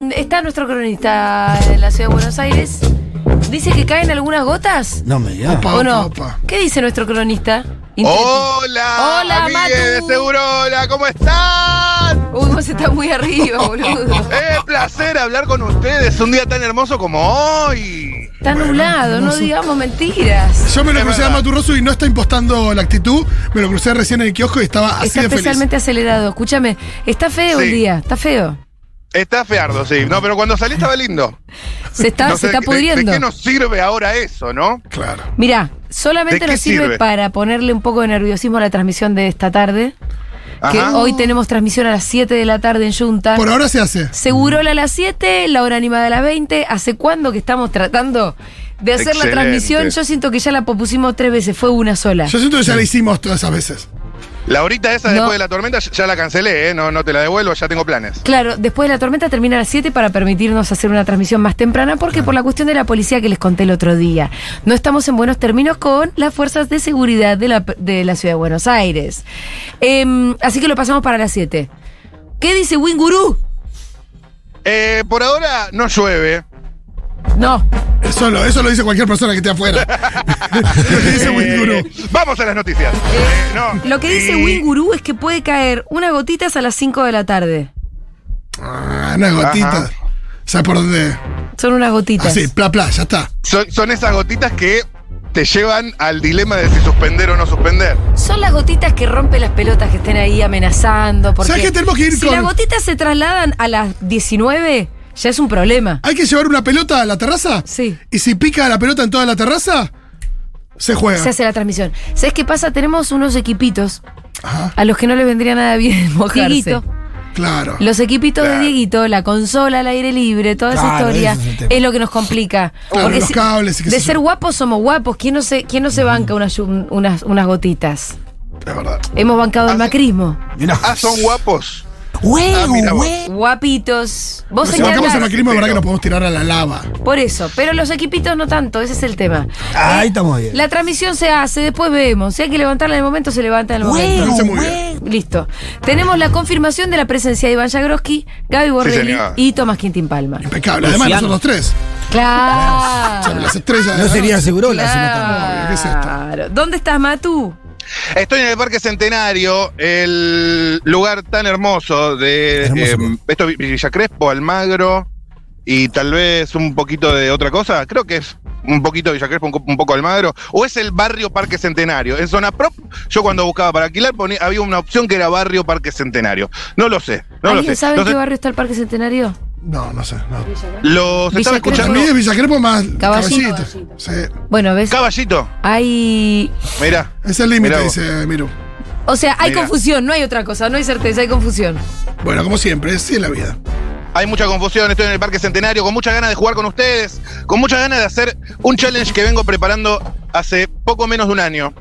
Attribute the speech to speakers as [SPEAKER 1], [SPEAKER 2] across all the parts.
[SPEAKER 1] Está nuestro cronista de la ciudad de Buenos Aires. Dice que caen algunas gotas.
[SPEAKER 2] No me digas.
[SPEAKER 1] ¿O no? ¿Qué dice nuestro cronista? Intenti-
[SPEAKER 3] Oh. Hola,
[SPEAKER 1] Hola,
[SPEAKER 3] amigues de
[SPEAKER 1] Matu.
[SPEAKER 3] Segurola, ¿cómo están?
[SPEAKER 1] Uy, vos estás muy arriba, boludo.
[SPEAKER 3] Es placer hablar con ustedes un día tan hermoso como hoy.
[SPEAKER 1] Está nublado, no
[SPEAKER 2] hermoso.
[SPEAKER 1] digamos mentiras.
[SPEAKER 2] Yo me lo
[SPEAKER 3] Es
[SPEAKER 2] crucé
[SPEAKER 3] verdad.
[SPEAKER 2] a Maturroso y no está impostando la actitud. Me lo crucé recién en el kiosco y estaba así
[SPEAKER 1] Está
[SPEAKER 2] de feliz.
[SPEAKER 1] especialmente acelerado. Escúchame, está feo
[SPEAKER 3] Sí.
[SPEAKER 1] el día, está feo.
[SPEAKER 3] Está feardo, sí. No, pero cuando salí estaba lindo.
[SPEAKER 1] Se está,
[SPEAKER 3] No
[SPEAKER 1] se
[SPEAKER 3] sé
[SPEAKER 1] está
[SPEAKER 3] de- de-
[SPEAKER 1] pudriendo.
[SPEAKER 3] ¿De, qué nos sirve ahora eso, no?
[SPEAKER 2] Claro.
[SPEAKER 1] Mirá, solamente
[SPEAKER 3] ¿De qué
[SPEAKER 1] nos sirve,
[SPEAKER 3] sirve?
[SPEAKER 1] para ponerle un poco de nerviosismo a la transmisión de esta tarde. Que
[SPEAKER 3] Ajá.
[SPEAKER 1] hoy tenemos transmisión a las 7 de la tarde en Junta.
[SPEAKER 2] Por ahora se hace.
[SPEAKER 1] Segurola a las 7, la hora animada a las 20. ¿Hace cuándo que estamos tratando de hacer la
[SPEAKER 3] Excelente.
[SPEAKER 1] transmisión? Yo siento que ya la propusimos tres veces, fue una sola.
[SPEAKER 2] Yo siento que ya la hicimos todas esas veces.
[SPEAKER 3] La horita esa
[SPEAKER 1] No.
[SPEAKER 3] después de la tormenta ya- ya la cancelé, ¿eh? No, no te la devuelvo, ya tengo planes.
[SPEAKER 1] Claro, después de la tormenta termina a las 7 para permitirnos hacer una transmisión más temprana, porque por la cuestión de la policía que les conté el otro día, no estamos en buenos términos con las fuerzas de seguridad de la, de la ciudad de Buenos Aires. Em, así que lo pasamos para las 7. ¿Qué dice Winguru?
[SPEAKER 3] Eh, por ahora no llueve.
[SPEAKER 1] No,
[SPEAKER 2] Eso lo, eso lo dice cualquier persona que esté afuera. lo que dice Winguru.
[SPEAKER 3] Eh, vamos a las noticias. Eh, no.
[SPEAKER 1] lo que dice
[SPEAKER 3] Y-
[SPEAKER 1] Winguru es que puede caer unas gotitas a las 5 de la tarde.
[SPEAKER 2] Ah, unas gotitas.
[SPEAKER 3] Ajá.
[SPEAKER 2] ¿Sabes por dónde?
[SPEAKER 1] Son unas gotitas.
[SPEAKER 2] Así, pla, pla, ya está.
[SPEAKER 3] Son, son esas gotitas que te llevan al dilema de si suspender o no suspender.
[SPEAKER 1] Son las gotitas que rompen las pelotas que estén ahí amenazando. Porque
[SPEAKER 2] ¿Sabes qué? Tenemos que ir
[SPEAKER 1] si
[SPEAKER 2] con-
[SPEAKER 1] las gotitas se trasladan a las 19, ya es un problema.
[SPEAKER 2] Hay que llevar una pelota a la terraza.
[SPEAKER 1] Sí.
[SPEAKER 2] Y si pica la pelota en toda la terraza, se juega.
[SPEAKER 1] Se hace la transmisión. ¿Sabes qué pasa? Tenemos unos equipitos
[SPEAKER 2] Ajá,
[SPEAKER 1] a los que no les vendría nada bien mojarse.
[SPEAKER 4] Dieguito.
[SPEAKER 2] claro.
[SPEAKER 1] Los equipitos
[SPEAKER 3] Claro.
[SPEAKER 1] de Dieguito, la consola al aire libre, toda esa
[SPEAKER 5] Claro,
[SPEAKER 1] historia,
[SPEAKER 5] ese es el
[SPEAKER 1] es,
[SPEAKER 5] tema.
[SPEAKER 1] lo que nos complica.
[SPEAKER 2] Claro, los cables y qué
[SPEAKER 1] de
[SPEAKER 2] sé yo.
[SPEAKER 1] ser guapos somos guapos. ¿Quién no se, quién no se banca unas, yu- unas, unas gotitas?
[SPEAKER 3] La verdad.
[SPEAKER 1] Hemos bancado el
[SPEAKER 3] Hace-
[SPEAKER 1] macrismo.
[SPEAKER 5] Mirá.
[SPEAKER 3] Ah, son guapos. Ah,
[SPEAKER 5] Huevo,
[SPEAKER 3] mira vos.
[SPEAKER 5] huevo.
[SPEAKER 1] Guapitos. Vos
[SPEAKER 2] si
[SPEAKER 1] en qué
[SPEAKER 2] bancamos el
[SPEAKER 1] andás?
[SPEAKER 2] macrismo, verdad que nos podemos tirar a la lava.
[SPEAKER 1] Por eso, pero los equipitos no tanto, ese es el tema.
[SPEAKER 5] Ahí
[SPEAKER 1] Eh,
[SPEAKER 5] estamos bien.
[SPEAKER 1] La transmisión se hace, después vemos. Si hay que levantarla en el momento, se levanta en el
[SPEAKER 5] Huevo,
[SPEAKER 1] momento.
[SPEAKER 2] Parece muy
[SPEAKER 5] huevo.
[SPEAKER 1] Listo. Tenemos la confirmación de la presencia de Iván Jagroski, Gaby Borrelli
[SPEAKER 3] señor.
[SPEAKER 1] y Tomás Quintín Palma.
[SPEAKER 2] Impecable. Además,
[SPEAKER 5] Luciano.
[SPEAKER 2] nosotros tres.
[SPEAKER 1] Claro.
[SPEAKER 2] Saben, Las estrellas.
[SPEAKER 5] No sería seguro la
[SPEAKER 1] Claro.
[SPEAKER 2] ¿Qué es esto?
[SPEAKER 1] ¿Dónde estás, Matu?
[SPEAKER 3] Estoy en el Parque Centenario, el lugar tan hermoso de
[SPEAKER 5] Hermoso,
[SPEAKER 3] eh, esto es Villa Crespo, Almagro y tal vez un poquito de otra cosa. Creo que es un poquito Villa Crespo, un, co- un poco Almagro. O es el barrio Parque Centenario. En zona prop, yo cuando buscaba para alquilar ponía- había una opción que era barrio Parque Centenario. No lo sé, no lo
[SPEAKER 1] ¿Alguien
[SPEAKER 3] sé.
[SPEAKER 1] sabe en
[SPEAKER 3] No
[SPEAKER 1] qué
[SPEAKER 3] sé.
[SPEAKER 1] barrio está el Parque Centenario?
[SPEAKER 2] No, no sé. No.
[SPEAKER 3] Los
[SPEAKER 1] Villa Crespo.
[SPEAKER 3] estaba
[SPEAKER 2] Para
[SPEAKER 3] escuchando.
[SPEAKER 2] mí es Villa Crespo más
[SPEAKER 1] Caballito.
[SPEAKER 2] caballito. Sí.
[SPEAKER 1] Bueno, ves,
[SPEAKER 3] Caballito,
[SPEAKER 1] hay.
[SPEAKER 3] mira.
[SPEAKER 2] Es el límite,
[SPEAKER 3] Mirá vos.
[SPEAKER 2] dice Miru.
[SPEAKER 1] O sea, hay
[SPEAKER 3] Mira.
[SPEAKER 1] confusión, no hay otra cosa, no hay certeza, hay confusión.
[SPEAKER 2] Bueno, como siempre, sí es la vida.
[SPEAKER 3] Hay mucha confusión, estoy en el Parque Centenario con muchas ganas de jugar con ustedes, con muchas ganas de hacer un challenge que vengo preparando hace poco menos de un año.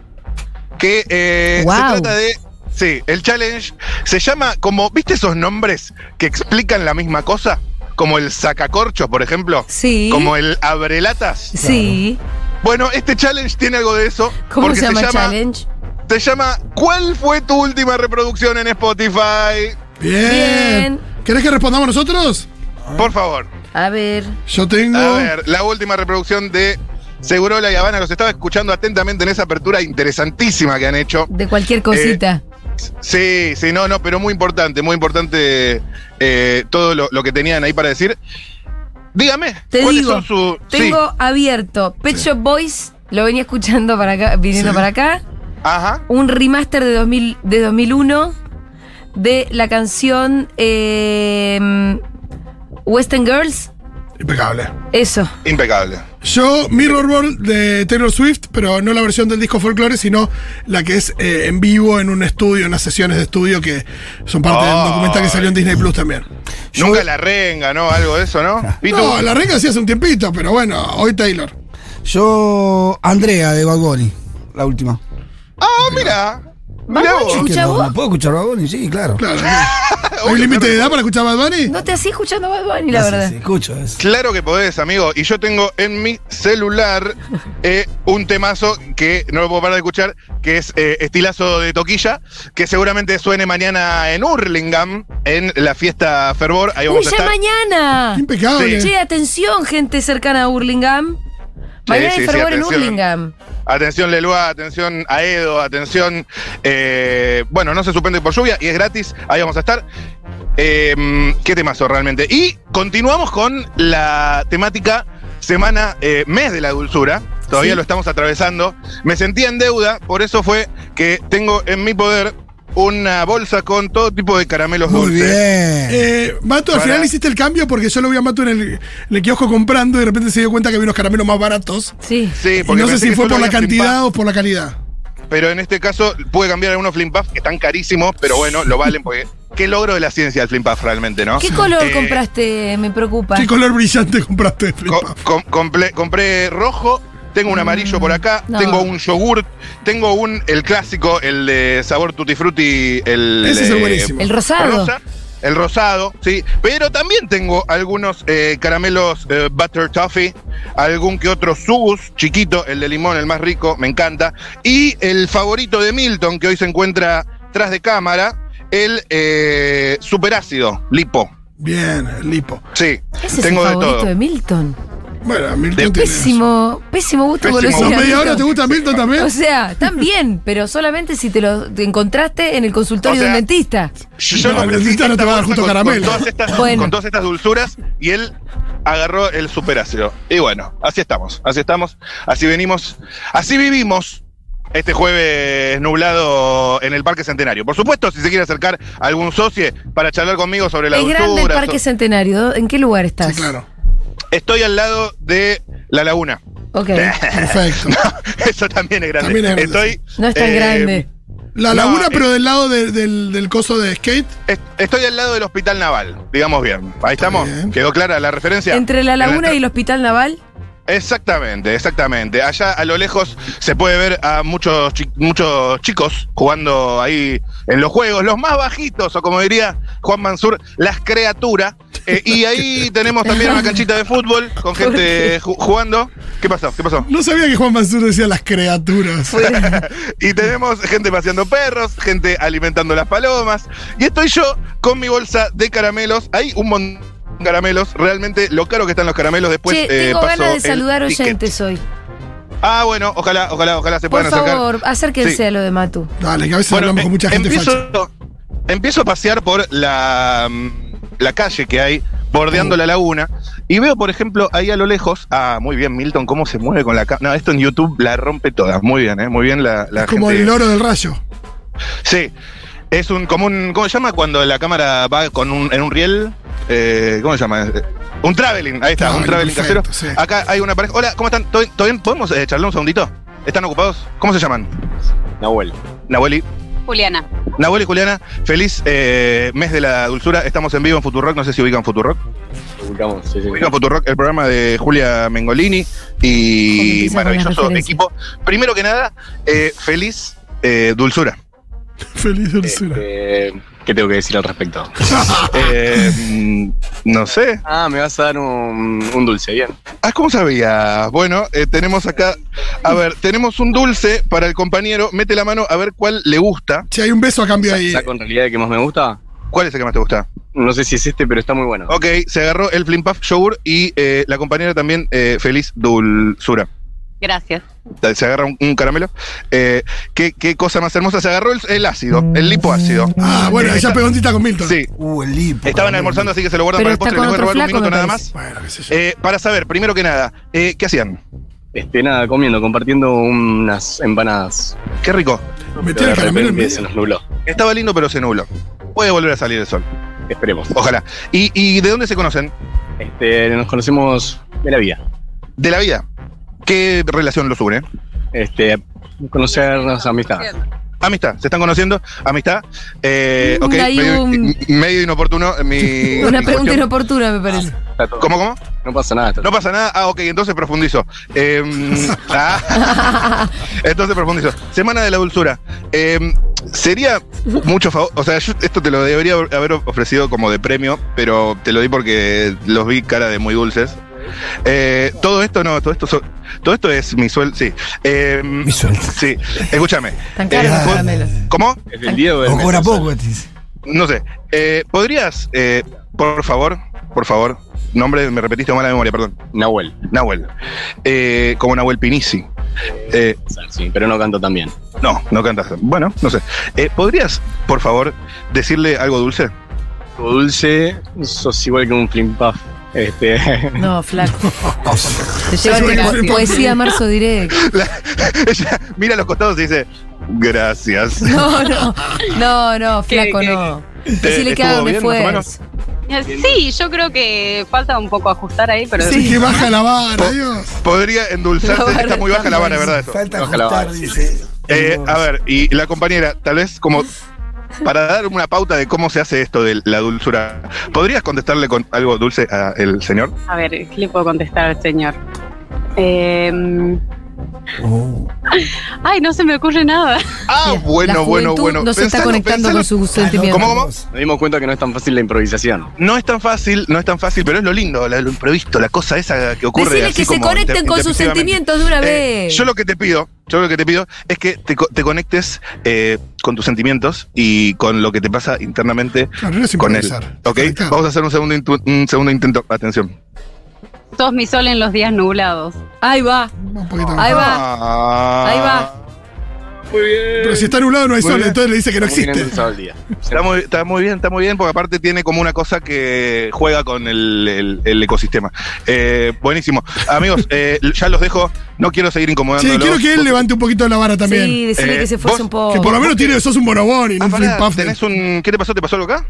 [SPEAKER 3] Que eh, se
[SPEAKER 1] Guau.
[SPEAKER 3] trata de. Sí, el challenge se llama como. ¿Viste esos nombres que explican la misma cosa? Como el sacacorcho, por ejemplo.
[SPEAKER 1] Sí.
[SPEAKER 3] Como el abrelatas.
[SPEAKER 1] Sí.
[SPEAKER 3] Bueno, este challenge tiene algo de eso.
[SPEAKER 1] ¿Cómo
[SPEAKER 3] porque
[SPEAKER 1] se llama challenge?
[SPEAKER 3] Se llama ¿Cuál fue tu última reproducción en Spotify?
[SPEAKER 2] Bien.
[SPEAKER 1] Bien.
[SPEAKER 2] ¿Querés que respondamos nosotros?
[SPEAKER 3] Por favor.
[SPEAKER 1] A ver.
[SPEAKER 2] Yo tengo.
[SPEAKER 3] A ver, la última reproducción de Segurola y Habana. Los estaba escuchando atentamente en esa apertura interesantísima que han hecho.
[SPEAKER 1] De cualquier cosita.
[SPEAKER 3] Sí, sí, no, no, pero muy importante, muy importante eh, todo lo, lo que tenían ahí para decir. Dígame,
[SPEAKER 1] Te
[SPEAKER 3] ¿cuáles
[SPEAKER 1] digo,
[SPEAKER 3] son sus.
[SPEAKER 1] tengo abierto Pet Shop Boys, lo venía escuchando para acá, viniendo
[SPEAKER 2] Sí.
[SPEAKER 1] para acá.
[SPEAKER 3] Sí, ajá.
[SPEAKER 1] Un remaster de, 2000, de 2001 de la canción eh, Western Girls.
[SPEAKER 2] Impecable.
[SPEAKER 1] Eso.
[SPEAKER 3] Impecable.
[SPEAKER 2] Yo, Mirror World de Taylor Swift, pero no la versión del disco folklore, sino la que es eh, en vivo, en un estudio, en unas sesiones de estudio que son parte del
[SPEAKER 3] Ay.
[SPEAKER 2] documental que salió en Disney Plus también.
[SPEAKER 3] Nunca la renga, ¿no? Algo de eso, ¿no? Pitu,
[SPEAKER 2] No, la renga sí hace un tiempito, pero bueno, hoy Taylor.
[SPEAKER 3] Eh,
[SPEAKER 5] Yo, Andrea de Bad Bunny, la última.
[SPEAKER 3] Ah, mira. Mirá
[SPEAKER 1] Bunny,
[SPEAKER 3] vos.
[SPEAKER 1] ¿escuchás
[SPEAKER 4] no,
[SPEAKER 1] vos?
[SPEAKER 4] no puedo escuchar Bad Bunny, sí, claro.
[SPEAKER 2] Claro. ¿Hay límite de edad para escuchar Bad Bunny?
[SPEAKER 1] No te hacía escuchando Bad Bunny,
[SPEAKER 4] Ah,
[SPEAKER 1] la
[SPEAKER 4] sí,
[SPEAKER 1] verdad.
[SPEAKER 4] sí, escucho eso.
[SPEAKER 3] Claro que podés, amigo. Y yo tengo en mi celular eh, un temazo que no lo puedo parar de escuchar, que es eh, Estilazo de Toquilla, que seguramente suene mañana en Hurlingham, en la fiesta Fervor. Ahí
[SPEAKER 1] ¡Uy,
[SPEAKER 3] vamos
[SPEAKER 1] ya
[SPEAKER 3] a estar.
[SPEAKER 1] es mañana!
[SPEAKER 2] Qué impecable.
[SPEAKER 1] Che, atención, gente cercana a Hurlingham. Mañana
[SPEAKER 3] sí,
[SPEAKER 1] hay
[SPEAKER 3] sí,
[SPEAKER 1] fervor en
[SPEAKER 3] atención.
[SPEAKER 1] Hurlingham.
[SPEAKER 3] Atención Leloa, atención Aedo, atención. eh, bueno, no se suspende por lluvia y es gratis. Ahí vamos a estar. Eh, qué temazo realmente. Y continuamos con la temática semana, eh, mes de la dulzura. Todavía
[SPEAKER 1] Sí.
[SPEAKER 3] lo estamos atravesando. Me sentía en deuda, por eso fue que tengo en mi poder una bolsa con todo tipo de caramelos
[SPEAKER 4] Muy
[SPEAKER 3] dulces.
[SPEAKER 4] bien.
[SPEAKER 2] Eh, Mato, al
[SPEAKER 3] Para.
[SPEAKER 2] final hiciste el cambio porque yo lo vi a Mato en el, en el kiosco comprando y de repente se dio cuenta que había unos caramelos más baratos.
[SPEAKER 1] Sí.
[SPEAKER 3] Sí,
[SPEAKER 2] Y
[SPEAKER 3] porque
[SPEAKER 2] no sé
[SPEAKER 3] pensé
[SPEAKER 2] si
[SPEAKER 3] que
[SPEAKER 2] fue
[SPEAKER 3] solo
[SPEAKER 2] por la
[SPEAKER 3] había Flim
[SPEAKER 2] cantidad o por la calidad.
[SPEAKER 3] Puff, Pero en este caso pude cambiar algunos Flim Puff, que están carísimos, pero bueno, lo valen porque. Qué logro de la ciencia el Flim Puff realmente, ¿no?
[SPEAKER 1] ¿Qué color
[SPEAKER 3] Eh,
[SPEAKER 1] compraste? Me preocupa.
[SPEAKER 2] ¿Qué color brillante compraste? Flip
[SPEAKER 3] Co-
[SPEAKER 2] Flop?
[SPEAKER 3] com- comple- compré rojo, tengo un amarillo por acá,
[SPEAKER 1] Mm, no.
[SPEAKER 3] tengo un yogurt, tengo un el clásico, el de sabor tutti frutti, el
[SPEAKER 2] Ese es el
[SPEAKER 3] eh,
[SPEAKER 2] buenísimo.
[SPEAKER 1] El rosado.
[SPEAKER 3] rosa, el rosado, sí, pero también tengo algunos eh, caramelos eh, butter toffee, algún que otro subus chiquito, el de limón, el más rico, me encanta, y el favorito de Milton que hoy se encuentra tras de cámara, el eh, superácido, lipo.
[SPEAKER 2] Bien, el lipo.
[SPEAKER 3] Sí,
[SPEAKER 1] Ese es el
[SPEAKER 3] tengo de
[SPEAKER 1] favorito
[SPEAKER 3] todo.
[SPEAKER 1] de Milton.
[SPEAKER 2] Bueno, a
[SPEAKER 3] De-
[SPEAKER 2] Milton tiene-
[SPEAKER 1] Pésimo, pésimo gusto
[SPEAKER 3] Pésimo.
[SPEAKER 1] por los
[SPEAKER 2] ¿A
[SPEAKER 3] Pésimo.
[SPEAKER 2] media
[SPEAKER 1] cigarritos.
[SPEAKER 2] hora te gusta Milton también?
[SPEAKER 1] O sea, están bien, pero solamente si te lo te encontraste en el consultorio
[SPEAKER 3] O sea,
[SPEAKER 1] de un dentista.
[SPEAKER 3] Yo
[SPEAKER 2] No,
[SPEAKER 3] no,
[SPEAKER 2] el
[SPEAKER 3] ofrecí
[SPEAKER 2] dentista no te va a dar
[SPEAKER 3] esta
[SPEAKER 2] justo
[SPEAKER 3] bolsa
[SPEAKER 2] caramelo.
[SPEAKER 3] Con todas, estas,
[SPEAKER 1] Bueno.
[SPEAKER 3] con todas estas dulzuras y él agarró el superácido. Y bueno, así estamos, así estamos, así venimos, así vivimos. Este jueves nublado en el Parque Centenario. Por supuesto, si se quiere acercar a algún socio para charlar conmigo sobre la
[SPEAKER 1] Es
[SPEAKER 3] dulzura.
[SPEAKER 1] grande el
[SPEAKER 3] so-
[SPEAKER 1] Parque Centenario. ¿En qué lugar estás?
[SPEAKER 2] Sí, claro.
[SPEAKER 3] Estoy al lado de la laguna.
[SPEAKER 1] Ok.
[SPEAKER 3] Eh,
[SPEAKER 2] Perfecto.
[SPEAKER 3] Eso también es grande.
[SPEAKER 2] También es grande,
[SPEAKER 3] Estoy,
[SPEAKER 1] No es tan
[SPEAKER 3] eh,
[SPEAKER 1] grande.
[SPEAKER 2] La
[SPEAKER 3] No,
[SPEAKER 2] laguna,
[SPEAKER 3] eh.
[SPEAKER 2] pero del lado de- del, del coso de skate.
[SPEAKER 3] est- Estoy al lado del Hospital Naval, digamos bien. Ahí estamos.
[SPEAKER 2] bien.
[SPEAKER 3] ¿Quedó clara la referencia?
[SPEAKER 1] Entre la
[SPEAKER 3] En
[SPEAKER 1] laguna
[SPEAKER 3] nuestra-
[SPEAKER 1] y el hospital naval.
[SPEAKER 3] Exactamente, exactamente. Allá a lo lejos se puede ver a muchos, chi- muchos chicos jugando ahí en los juegos, los más bajitos, o como diría Juan Mansur, las criaturas. Eh, y ahí tenemos también una canchita de fútbol con gente ju- jugando. ¿Qué pasó? ¿Qué pasó?
[SPEAKER 2] No sabía que Juan Mansur decía las criaturas.
[SPEAKER 3] Y tenemos gente paseando perros, gente alimentando las palomas. Y estoy yo con mi bolsa de caramelos. Hay un montón de caramelos. Realmente lo caro que están los caramelos después.
[SPEAKER 1] che,
[SPEAKER 3] eh,
[SPEAKER 1] tengo
[SPEAKER 3] paso
[SPEAKER 1] ganas de
[SPEAKER 3] el
[SPEAKER 1] saludar
[SPEAKER 3] ticket.
[SPEAKER 1] oyentes hoy.
[SPEAKER 3] Ah, bueno, ojalá, ojalá, ojalá se
[SPEAKER 1] Por
[SPEAKER 3] puedan acercar.
[SPEAKER 1] favor, acérquense
[SPEAKER 3] Sí.
[SPEAKER 1] a lo de Matu.
[SPEAKER 2] Dale, que a veces
[SPEAKER 3] Bueno,
[SPEAKER 2] hablamos con mucha gente
[SPEAKER 3] empiezo,
[SPEAKER 2] facha.
[SPEAKER 3] empiezo a pasear por la, mm, la calle que hay bordeando la laguna y veo, por ejemplo, ahí a lo lejos, ah, muy bien Milton, cómo se mueve con la cámara. No, esto en YouTube la rompe toda, muy bien, ¿eh? muy bien la, la
[SPEAKER 2] Es como
[SPEAKER 3] gente.
[SPEAKER 2] el oro del rayo.
[SPEAKER 3] Sí, es un, como un, ¿cómo se llama cuando la cámara va con un, en un riel? Eh, ¿Cómo se llama? Eh, Un traveling, ahí está, un
[SPEAKER 2] Traveling,
[SPEAKER 3] traveling
[SPEAKER 2] perfecto,
[SPEAKER 3] casero.
[SPEAKER 2] sí.
[SPEAKER 3] Acá hay una pareja. Hola, ¿cómo están? ¿Todo bien? ¿Todo bien? ¿Podemos eh, charlar un segundito? ¿Están ocupados? ¿Cómo se llaman?
[SPEAKER 5] Nahuel.
[SPEAKER 3] Nahueli.
[SPEAKER 6] Juliana.
[SPEAKER 3] Nahuel y Juliana, feliz eh, mes de la dulzura. Estamos en vivo en Futurock, no sé si ubican Futurock.
[SPEAKER 5] Ubicamos, sí, sí.
[SPEAKER 3] Ubican Futurock, el programa de Julia Mengolini y
[SPEAKER 1] Empieza con la
[SPEAKER 3] maravilloso
[SPEAKER 1] referencia.
[SPEAKER 3] equipo. Primero que nada, eh, feliz eh, dulzura. Ah,
[SPEAKER 2] Feliz dulzura.
[SPEAKER 5] Este, ¿Qué tengo que decir al respecto?
[SPEAKER 3] Eh, mm, no sé.
[SPEAKER 5] Ah, me vas a dar un, un dulce, bien.
[SPEAKER 3] Ah, ¿cómo sabías? Bueno, eh, tenemos acá, a ver, tenemos un dulce para el compañero. Mete la mano a ver cuál le gusta.
[SPEAKER 2] Si hay un beso a cambio ahí.
[SPEAKER 5] ¿Saco en realidad el que más me gusta?
[SPEAKER 3] ¿Cuál es el que más te gusta?
[SPEAKER 5] No sé si es este, pero está muy bueno.
[SPEAKER 3] Ok, se agarró el Flimpuff Yogur y eh, la compañera también, eh, feliz dulzura.
[SPEAKER 6] Gracias.
[SPEAKER 3] se agarra un, un caramelo. Eh, ¿qué, qué cosa más hermosa. Se agarró el, el ácido, el lipoácido.
[SPEAKER 2] Ah, bueno, ella pegó ondita con Milton.
[SPEAKER 3] Sí,
[SPEAKER 4] Uh, el lipo.
[SPEAKER 3] estaban almorzando, así que se lo guardan
[SPEAKER 1] Pero
[SPEAKER 3] para el
[SPEAKER 1] está con
[SPEAKER 3] postre. Les voy a
[SPEAKER 1] otro
[SPEAKER 3] robar un
[SPEAKER 1] flaco,
[SPEAKER 3] minuto
[SPEAKER 1] me
[SPEAKER 3] nada
[SPEAKER 1] parece.
[SPEAKER 3] más.
[SPEAKER 2] Bueno, qué sé yo.
[SPEAKER 3] Eh, para saber, primero que nada, eh, ¿qué hacían?
[SPEAKER 5] Este, nada, comiendo, compartiendo unas empanadas.
[SPEAKER 3] Qué rico.
[SPEAKER 2] Metió el
[SPEAKER 5] Pero de
[SPEAKER 2] caramelo en
[SPEAKER 5] repente
[SPEAKER 2] medio.
[SPEAKER 5] Se nos nubló.
[SPEAKER 3] Estaba lindo, pero se nubló. Puede volver a salir el sol.
[SPEAKER 5] Esperemos.
[SPEAKER 3] Ojalá. ¿Y, y de dónde se conocen?
[SPEAKER 5] Este, nos conocemos de la vida.
[SPEAKER 3] De la vida. ¿Qué relación los une?
[SPEAKER 5] Este, conocernos amistad.
[SPEAKER 3] amistad, se están conociendo, amistad. Eh,
[SPEAKER 1] Mm,
[SPEAKER 3] ok,
[SPEAKER 1] hay
[SPEAKER 3] medio,
[SPEAKER 1] un-
[SPEAKER 3] medio inoportuno mi.
[SPEAKER 1] Una pregunta
[SPEAKER 3] mi cuestión. Ah.
[SPEAKER 1] inoportuna, me parece.
[SPEAKER 5] Está todo.
[SPEAKER 3] ¿Cómo, cómo?
[SPEAKER 5] No pasa nada. está
[SPEAKER 3] No pasa nada. Ah, ok, entonces profundizo. Em, ah, entonces profundizo. Semana de la dulzura. Em, sería mucho favor. O sea, yo esto te lo debería haber ofrecido como de premio, pero te lo di porque los vi cara de muy dulces. Eh, todo esto no, todo esto, so- todo esto es mi sueldo. Sí. Em,
[SPEAKER 4] Mi sueldo.
[SPEAKER 3] Sí, escúchame.
[SPEAKER 1] Tan caros
[SPEAKER 3] Eh,
[SPEAKER 1] los
[SPEAKER 3] ¿pod-
[SPEAKER 1] caramelos.
[SPEAKER 3] ¿Cómo?
[SPEAKER 5] todo. Es el Diego del
[SPEAKER 4] O cobra
[SPEAKER 5] Mendoza.
[SPEAKER 4] poco, te dice.
[SPEAKER 3] No sé. Eh, ¿Podrías, eh, por favor, por favor, nombre, me repetiste mala memoria, perdón.
[SPEAKER 5] Nahuel.
[SPEAKER 3] Nahuel. Eh, como Nahuel Pinisi. Eh,
[SPEAKER 5] Sí, pero no canto tan bien.
[SPEAKER 3] no, no cantas. Bueno, no sé. Eh, ¿Podrías, por favor, decirle algo dulce?
[SPEAKER 5] Tu dulce, sos igual que un flimpaf. Este,
[SPEAKER 1] No, flaco. Te
[SPEAKER 2] Sí,
[SPEAKER 1] llevan
[SPEAKER 2] sí, sí.
[SPEAKER 1] poesía a marzo directo.
[SPEAKER 3] Ella mira a los costados y dice, gracias.
[SPEAKER 1] No, no, no, no, flaco,
[SPEAKER 5] qué-
[SPEAKER 1] no.
[SPEAKER 3] ¿Te-
[SPEAKER 1] Decirle que
[SPEAKER 3] estuvo
[SPEAKER 1] haga un
[SPEAKER 3] bien, más o menos?
[SPEAKER 1] esfuerzo.
[SPEAKER 6] Sí, yo creo que falta un poco ajustar ahí, pero
[SPEAKER 2] Sí, que baja la vara, Dios.
[SPEAKER 3] Podría
[SPEAKER 1] La
[SPEAKER 3] endulzarte.
[SPEAKER 1] vara
[SPEAKER 3] Está muy baja la vara, ¿verdad? Eso.
[SPEAKER 4] Falta
[SPEAKER 5] Baja la
[SPEAKER 4] ajustar,
[SPEAKER 5] vara.
[SPEAKER 4] dice.
[SPEAKER 3] Eh, a ver, y la compañera, tal vez como para dar una pauta de cómo se hace esto de la dulzura, ¿podrías contestarle con algo dulce al señor?
[SPEAKER 6] a ver, ¿qué le puedo contestar al señor? Eh,
[SPEAKER 4] Oh.
[SPEAKER 6] ay, no se me ocurre nada.
[SPEAKER 3] Ah,
[SPEAKER 1] Mira, la
[SPEAKER 3] bueno, bueno,
[SPEAKER 1] juventud
[SPEAKER 3] bueno.
[SPEAKER 1] No se está
[SPEAKER 3] Pensalo,
[SPEAKER 1] conectando
[SPEAKER 3] pensalo.
[SPEAKER 1] con su sentimiento.
[SPEAKER 3] ¿Cómo, cómo?
[SPEAKER 5] nos dimos cuenta que no es tan fácil la improvisación.
[SPEAKER 3] No es tan fácil, no es tan fácil, pero es lo lindo, la- lo imprevisto, la cosa esa que ocurre.
[SPEAKER 1] Decirle
[SPEAKER 3] así
[SPEAKER 1] que se
[SPEAKER 3] como
[SPEAKER 1] conecten
[SPEAKER 3] inter-
[SPEAKER 1] con sus
[SPEAKER 3] interpretativamente.
[SPEAKER 1] sentimientos de una
[SPEAKER 3] Eh,
[SPEAKER 1] vez.
[SPEAKER 3] yo lo que te pido, yo lo que te pido es que te, co- te conectes eh, con tus sentimientos y con lo que te pasa internamente
[SPEAKER 2] Claro, no es
[SPEAKER 3] con él.
[SPEAKER 2] improvisar.
[SPEAKER 3] ¿Ok?
[SPEAKER 2] Está.
[SPEAKER 3] Vamos a hacer un segundo, intu- un segundo intento. Atención.
[SPEAKER 6] Sos mi sol en los días nublados.
[SPEAKER 1] Ahí va,
[SPEAKER 2] Un poquito más.
[SPEAKER 1] ahí va.
[SPEAKER 3] Ah.
[SPEAKER 1] Ahí va.
[SPEAKER 5] Muy bien.
[SPEAKER 2] Pero si está nublado no hay
[SPEAKER 3] Muy
[SPEAKER 2] sol,
[SPEAKER 3] bien.
[SPEAKER 2] entonces le dice que no existe.
[SPEAKER 5] el día.
[SPEAKER 3] Está muy, está muy bien, está muy bien, porque aparte tiene como una cosa que juega con el, el- el ecosistema. Eh, buenísimo. Amigos, eh, ya los dejo. No quiero seguir
[SPEAKER 2] Sí,
[SPEAKER 3] incomodándolos.
[SPEAKER 2] quiero que él levante un poquito la vara también.
[SPEAKER 1] Sí, decirle
[SPEAKER 3] Eh,
[SPEAKER 1] que se esfuerce
[SPEAKER 3] vos-
[SPEAKER 1] un
[SPEAKER 2] Que
[SPEAKER 1] poco.
[SPEAKER 2] por lo menos tiene, sos un bonobón y no
[SPEAKER 3] Ah,
[SPEAKER 2] un flip
[SPEAKER 3] pará,
[SPEAKER 2] puff.
[SPEAKER 3] ¿tenés un... ¿Qué te pasó? ¿Te pasó algo acá?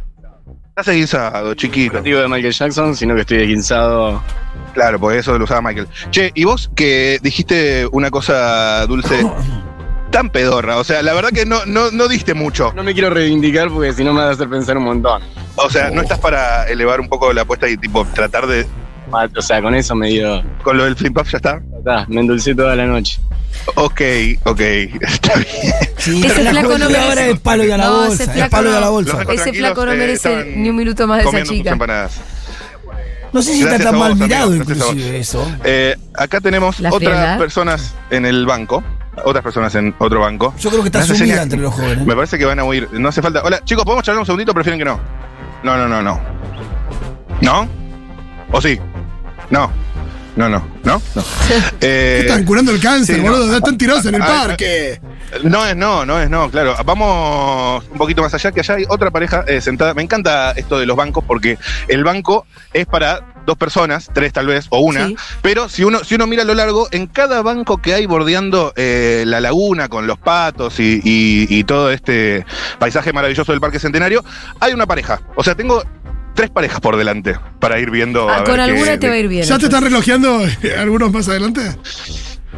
[SPEAKER 3] Estás esguinzado, chiquito.
[SPEAKER 5] No digo de Michael Jackson, sino que estoy desguinzado.
[SPEAKER 3] Claro, porque eso lo usaba Michael. Che, y vos que dijiste una cosa dulce tan pedorra. O sea, la verdad que no, no, no diste mucho.
[SPEAKER 5] No me quiero reivindicar porque si no me vas a hacer pensar un montón.
[SPEAKER 3] O sea,
[SPEAKER 2] Oh.
[SPEAKER 3] no estás para elevar un poco la apuesta y tipo tratar de...
[SPEAKER 5] Ma- O sea, con eso me dio.
[SPEAKER 3] Con lo del flip up ya está.
[SPEAKER 5] ta, me endulcé toda la noche.
[SPEAKER 3] Ok, ok. Está bien.
[SPEAKER 4] Sí,
[SPEAKER 1] Ese
[SPEAKER 4] la
[SPEAKER 1] flaco no
[SPEAKER 4] ahora
[SPEAKER 1] merece.
[SPEAKER 4] es palo y a la
[SPEAKER 1] No, ese
[SPEAKER 4] bolsa.
[SPEAKER 1] flaco
[SPEAKER 4] Es palo y a la
[SPEAKER 1] no.
[SPEAKER 3] Los
[SPEAKER 4] bolsa.
[SPEAKER 3] dejo
[SPEAKER 1] Ese
[SPEAKER 3] tranquilos,
[SPEAKER 1] flaco no
[SPEAKER 3] eh,
[SPEAKER 1] merece
[SPEAKER 3] estaban
[SPEAKER 1] ni un minuto más de esa
[SPEAKER 3] comiendo sus
[SPEAKER 1] chica.
[SPEAKER 3] empanadas.
[SPEAKER 4] No sé si está
[SPEAKER 3] Gracias
[SPEAKER 4] tan
[SPEAKER 3] a vos,
[SPEAKER 4] mal
[SPEAKER 3] amigo,
[SPEAKER 4] mirado,
[SPEAKER 3] gracias a vos.
[SPEAKER 4] inclusive, eso.
[SPEAKER 3] Eh, acá tenemos
[SPEAKER 1] La
[SPEAKER 3] otras
[SPEAKER 1] frialdad.
[SPEAKER 3] personas en el banco. Otras personas en otro banco.
[SPEAKER 4] Yo creo que está
[SPEAKER 3] Me hace
[SPEAKER 4] sumida
[SPEAKER 3] señas-
[SPEAKER 4] entre los jóvenes.
[SPEAKER 3] Me parece que van a huir. No hace falta. Hola, chicos, ¿podemos charlar un segundito? Prefieren que no. No, no, no, no. ¿No? ¿O sí? No. No, no, no, no. Eh,
[SPEAKER 2] Están curando el cáncer,
[SPEAKER 3] sí, no.
[SPEAKER 2] boludo. Están tirados en el
[SPEAKER 3] Ah,
[SPEAKER 2] parque.
[SPEAKER 3] no es no, no es no, claro. Vamos un poquito más allá, que allá hay otra pareja eh, sentada. Me encanta esto de los bancos porque el banco es para dos personas, tres tal vez, o una.
[SPEAKER 1] Sí.
[SPEAKER 3] Pero si uno, si uno mira a lo largo, en cada banco que hay bordeando eh, la laguna con los patos y, y- y todo este paisaje maravilloso del Parque Centenario, hay una pareja. O sea, tengo tres parejas por delante para ir viendo.
[SPEAKER 1] Ah,
[SPEAKER 3] a ver
[SPEAKER 1] con
[SPEAKER 3] qué-
[SPEAKER 1] alguna te
[SPEAKER 3] de-
[SPEAKER 1] va a ir bien.
[SPEAKER 2] ¿Ya te
[SPEAKER 1] entonces.
[SPEAKER 2] están relojeando eh, algunos más adelante?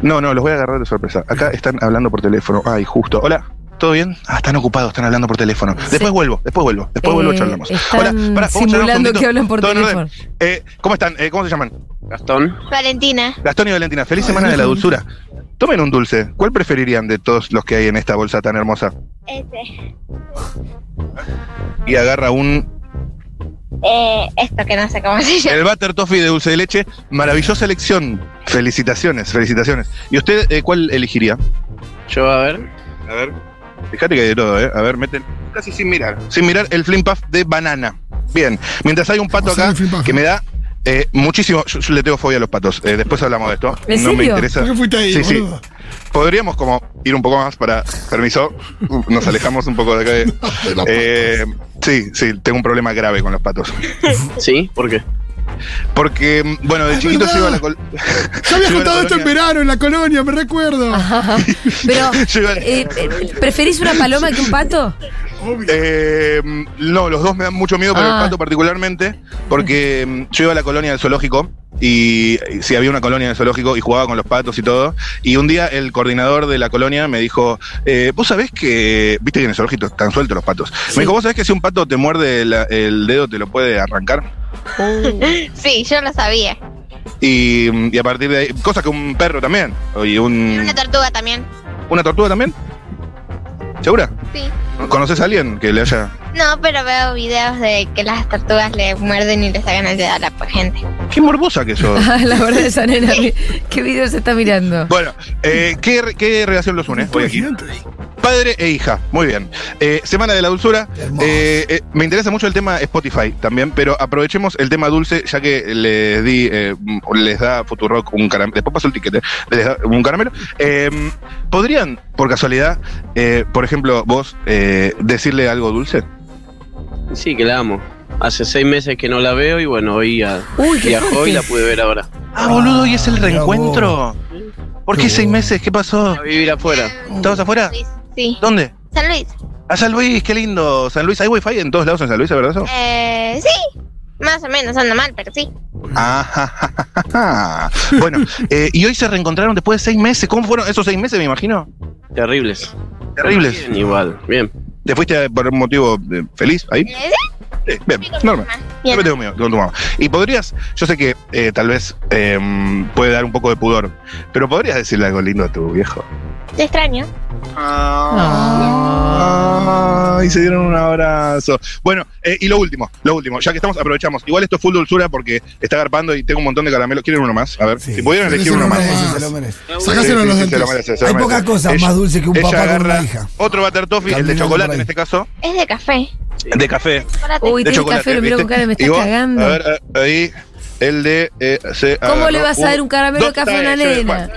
[SPEAKER 3] No, no, los voy a agarrar de sorpresa. Acá están hablando por teléfono. Ay, justo. Hola. ¿Todo bien? Ah, están ocupados, están hablando por teléfono. Después
[SPEAKER 1] Sí.
[SPEAKER 3] vuelvo, después vuelvo, después vuelvo
[SPEAKER 1] Eh,
[SPEAKER 3] y charlamos.
[SPEAKER 1] están
[SPEAKER 3] pará, vamos a charlar un
[SPEAKER 1] simulando
[SPEAKER 3] segundito.
[SPEAKER 1] que hablan por
[SPEAKER 3] Todo en orden.
[SPEAKER 1] teléfono.
[SPEAKER 3] Eh, ¿Cómo están? Eh, ¿Cómo se llaman?
[SPEAKER 5] Gastón.
[SPEAKER 7] Valentina,
[SPEAKER 3] Gastón y Valentina, feliz semana de la dulzura. Tomen un dulce. ¿Cuál preferirían de todos los que hay en esta bolsa tan hermosa?
[SPEAKER 7] este,
[SPEAKER 3] Y agarra un.
[SPEAKER 7] eh, esto que no sé cómo se llama.
[SPEAKER 3] El Butter Toffee de dulce de leche. Maravillosa elección. Felicitaciones, felicitaciones. ¿Y usted eh, cuál elegiría?
[SPEAKER 5] Yo, a ver.
[SPEAKER 3] A ver. Fíjate que hay de todo, ¿eh? A ver, meten. Casi sin mirar. Sin mirar el flim puff de banana. Bien. Mientras hay un pato
[SPEAKER 2] O sea,
[SPEAKER 3] acá
[SPEAKER 2] el Flim Puff.
[SPEAKER 3] que me da. eh, muchísimo, yo, yo le tengo fobia a los patos. Eh, después hablamos de esto.
[SPEAKER 1] ¿En
[SPEAKER 3] no me
[SPEAKER 1] serio?
[SPEAKER 3] interesa.
[SPEAKER 2] ¿Por qué fuiste ahí,
[SPEAKER 3] Sí, sí.
[SPEAKER 2] boludo?
[SPEAKER 3] Podríamos como ir un poco más para. Permiso. Nos alejamos un poco de acá. de- Eh, sí, sí, tengo un problema grave con los patos.
[SPEAKER 5] ¿Sí? ¿Por qué?
[SPEAKER 3] Porque, mm, bueno, de
[SPEAKER 2] Es
[SPEAKER 3] chiquito
[SPEAKER 2] verdad.
[SPEAKER 3] yo iba a la col-
[SPEAKER 2] Yo había
[SPEAKER 3] Yo iba a Ah, la
[SPEAKER 2] contado esto en
[SPEAKER 3] colonia.
[SPEAKER 2] verano, en la colonia, me recuerdo.
[SPEAKER 1] Ajá. Pero,
[SPEAKER 3] yo iba a la-
[SPEAKER 1] eh, eh, ¿preferís una paloma que un pato?
[SPEAKER 2] Obvio.
[SPEAKER 3] Eh, no, los dos me dan mucho miedo, pero
[SPEAKER 1] Ah.
[SPEAKER 3] el pato particularmente, porque mm, yo iba a la colonia del zoológico y si había una colonia del zoológico y jugaba con los patos y todo. Y un día el coordinador de la colonia me dijo, eh, vos sabés que, viste que en el zoológico están sueltos los patos. Me dijo, vos sabés que si un pato te muerde la- el dedo te lo puede arrancar.
[SPEAKER 7] Sí, yo lo sabía.
[SPEAKER 3] Y, mm, y a partir de ahí, cosa que un perro también, y
[SPEAKER 7] Y
[SPEAKER 3] un,
[SPEAKER 7] una tortuga también.
[SPEAKER 3] una tortuga también. ¿Segura?
[SPEAKER 7] Sí.
[SPEAKER 3] ¿Conoces a alguien que le haya...
[SPEAKER 7] No, pero veo videos de que las tortugas le muerden y le sacan el dedo a la gente.
[SPEAKER 3] Qué morbosa que sos.
[SPEAKER 1] la verdad esa nena, mi- ¿qué video se está mirando?
[SPEAKER 3] Bueno, eh, ¿qué, re- qué relación los une? Voy aquí.
[SPEAKER 2] Presidente.
[SPEAKER 3] Padre e hija, muy bien. Eh, semana de la dulzura.
[SPEAKER 2] Hermoso.
[SPEAKER 3] Eh, eh, me interesa mucho el tema Spotify también, pero aprovechemos el tema dulce, ya que les di, eh, mm, les da Futurock un caramelo. Después paso el ticket, eh. les da un caramelo. Eh, ¿Podrían, por casualidad, eh, por ejemplo, vos eh, decirle algo dulce?
[SPEAKER 5] Sí, que la amo. Hace seis meses que no la veo y bueno, hoy ya
[SPEAKER 1] Uy, qué
[SPEAKER 5] viajó
[SPEAKER 1] fuerte.
[SPEAKER 5] y la pude ver ahora.
[SPEAKER 3] Ah, boludo, y es el
[SPEAKER 2] Ah, reencuentro.
[SPEAKER 3] ¿Por
[SPEAKER 2] qué Qué seis bueno. meses?
[SPEAKER 3] ¿Qué pasó?
[SPEAKER 5] A vivir afuera.
[SPEAKER 3] ¿Todos afuera?
[SPEAKER 7] Luis, sí.
[SPEAKER 3] ¿Dónde?
[SPEAKER 7] San Luis.
[SPEAKER 3] A San Luis, qué lindo. San Luis, ¿hay wifi en todos lados en San Luis, verdad? eso?
[SPEAKER 7] Eh, sí. Más o menos, anda mal, pero sí.
[SPEAKER 3] Ah, bueno, eh, y hoy se reencontraron después de seis meses. ¿Cómo fueron esos seis meses, me imagino?
[SPEAKER 5] Terribles.
[SPEAKER 3] Terribles.
[SPEAKER 5] Bien, igual, bien.
[SPEAKER 3] ¿Te fuiste eh, por un motivo eh, feliz ahí?
[SPEAKER 7] Eh, sí,
[SPEAKER 3] Sí, bien,
[SPEAKER 7] fui con mi
[SPEAKER 3] normal.
[SPEAKER 7] mamá.
[SPEAKER 3] Yo
[SPEAKER 7] Mi
[SPEAKER 3] me
[SPEAKER 7] hermana.
[SPEAKER 3] tengo miedo con tu mamá. Y podrías, yo sé que eh, tal vez eh, puede dar un poco de pudor, pero podrías decirle algo lindo a tu viejo.
[SPEAKER 7] Te extraño.
[SPEAKER 3] Ay, se dieron un abrazo. Bueno, eh, y lo último, lo últtimo, ya que estamos, aprovechamos. Igual esto es full dulzura porque está garpando y tengo un montón de caramelos. ¿Quieren uno más? A ver,
[SPEAKER 8] Sí.
[SPEAKER 3] si pudieran
[SPEAKER 2] Sí,
[SPEAKER 3] elegir
[SPEAKER 2] sí,
[SPEAKER 3] uno
[SPEAKER 2] no
[SPEAKER 3] más.
[SPEAKER 2] me-
[SPEAKER 8] merece, se lo merece.
[SPEAKER 2] Sácaselo
[SPEAKER 3] Sí,
[SPEAKER 2] los
[SPEAKER 3] sí, sí, se lo
[SPEAKER 2] dientes.
[SPEAKER 3] merece, se lo
[SPEAKER 8] Hay
[SPEAKER 3] merece.
[SPEAKER 8] pocas cosas
[SPEAKER 3] Ella-
[SPEAKER 8] más dulces que un
[SPEAKER 3] ella
[SPEAKER 8] papá con
[SPEAKER 3] agarra
[SPEAKER 8] una hija.
[SPEAKER 3] Otro butter toffee, el de
[SPEAKER 8] Caminando
[SPEAKER 3] chocolate
[SPEAKER 8] por ahí.
[SPEAKER 3] en este caso,
[SPEAKER 7] Es de café.
[SPEAKER 3] de café.
[SPEAKER 7] Chocolate.
[SPEAKER 1] Uy,
[SPEAKER 3] De
[SPEAKER 1] tiene
[SPEAKER 3] chocolate,
[SPEAKER 1] café, lo miro con
[SPEAKER 3] ¿viste?
[SPEAKER 1] cara, me estás
[SPEAKER 3] Y vos,
[SPEAKER 1] cagando.
[SPEAKER 3] A ver, a- ahí, el de. eh, se
[SPEAKER 1] ¿Cómo le
[SPEAKER 3] agarró
[SPEAKER 1] vas a dar un caramelo de
[SPEAKER 3] Dr.
[SPEAKER 1] café a una
[SPEAKER 3] Eye, yo-
[SPEAKER 1] nena?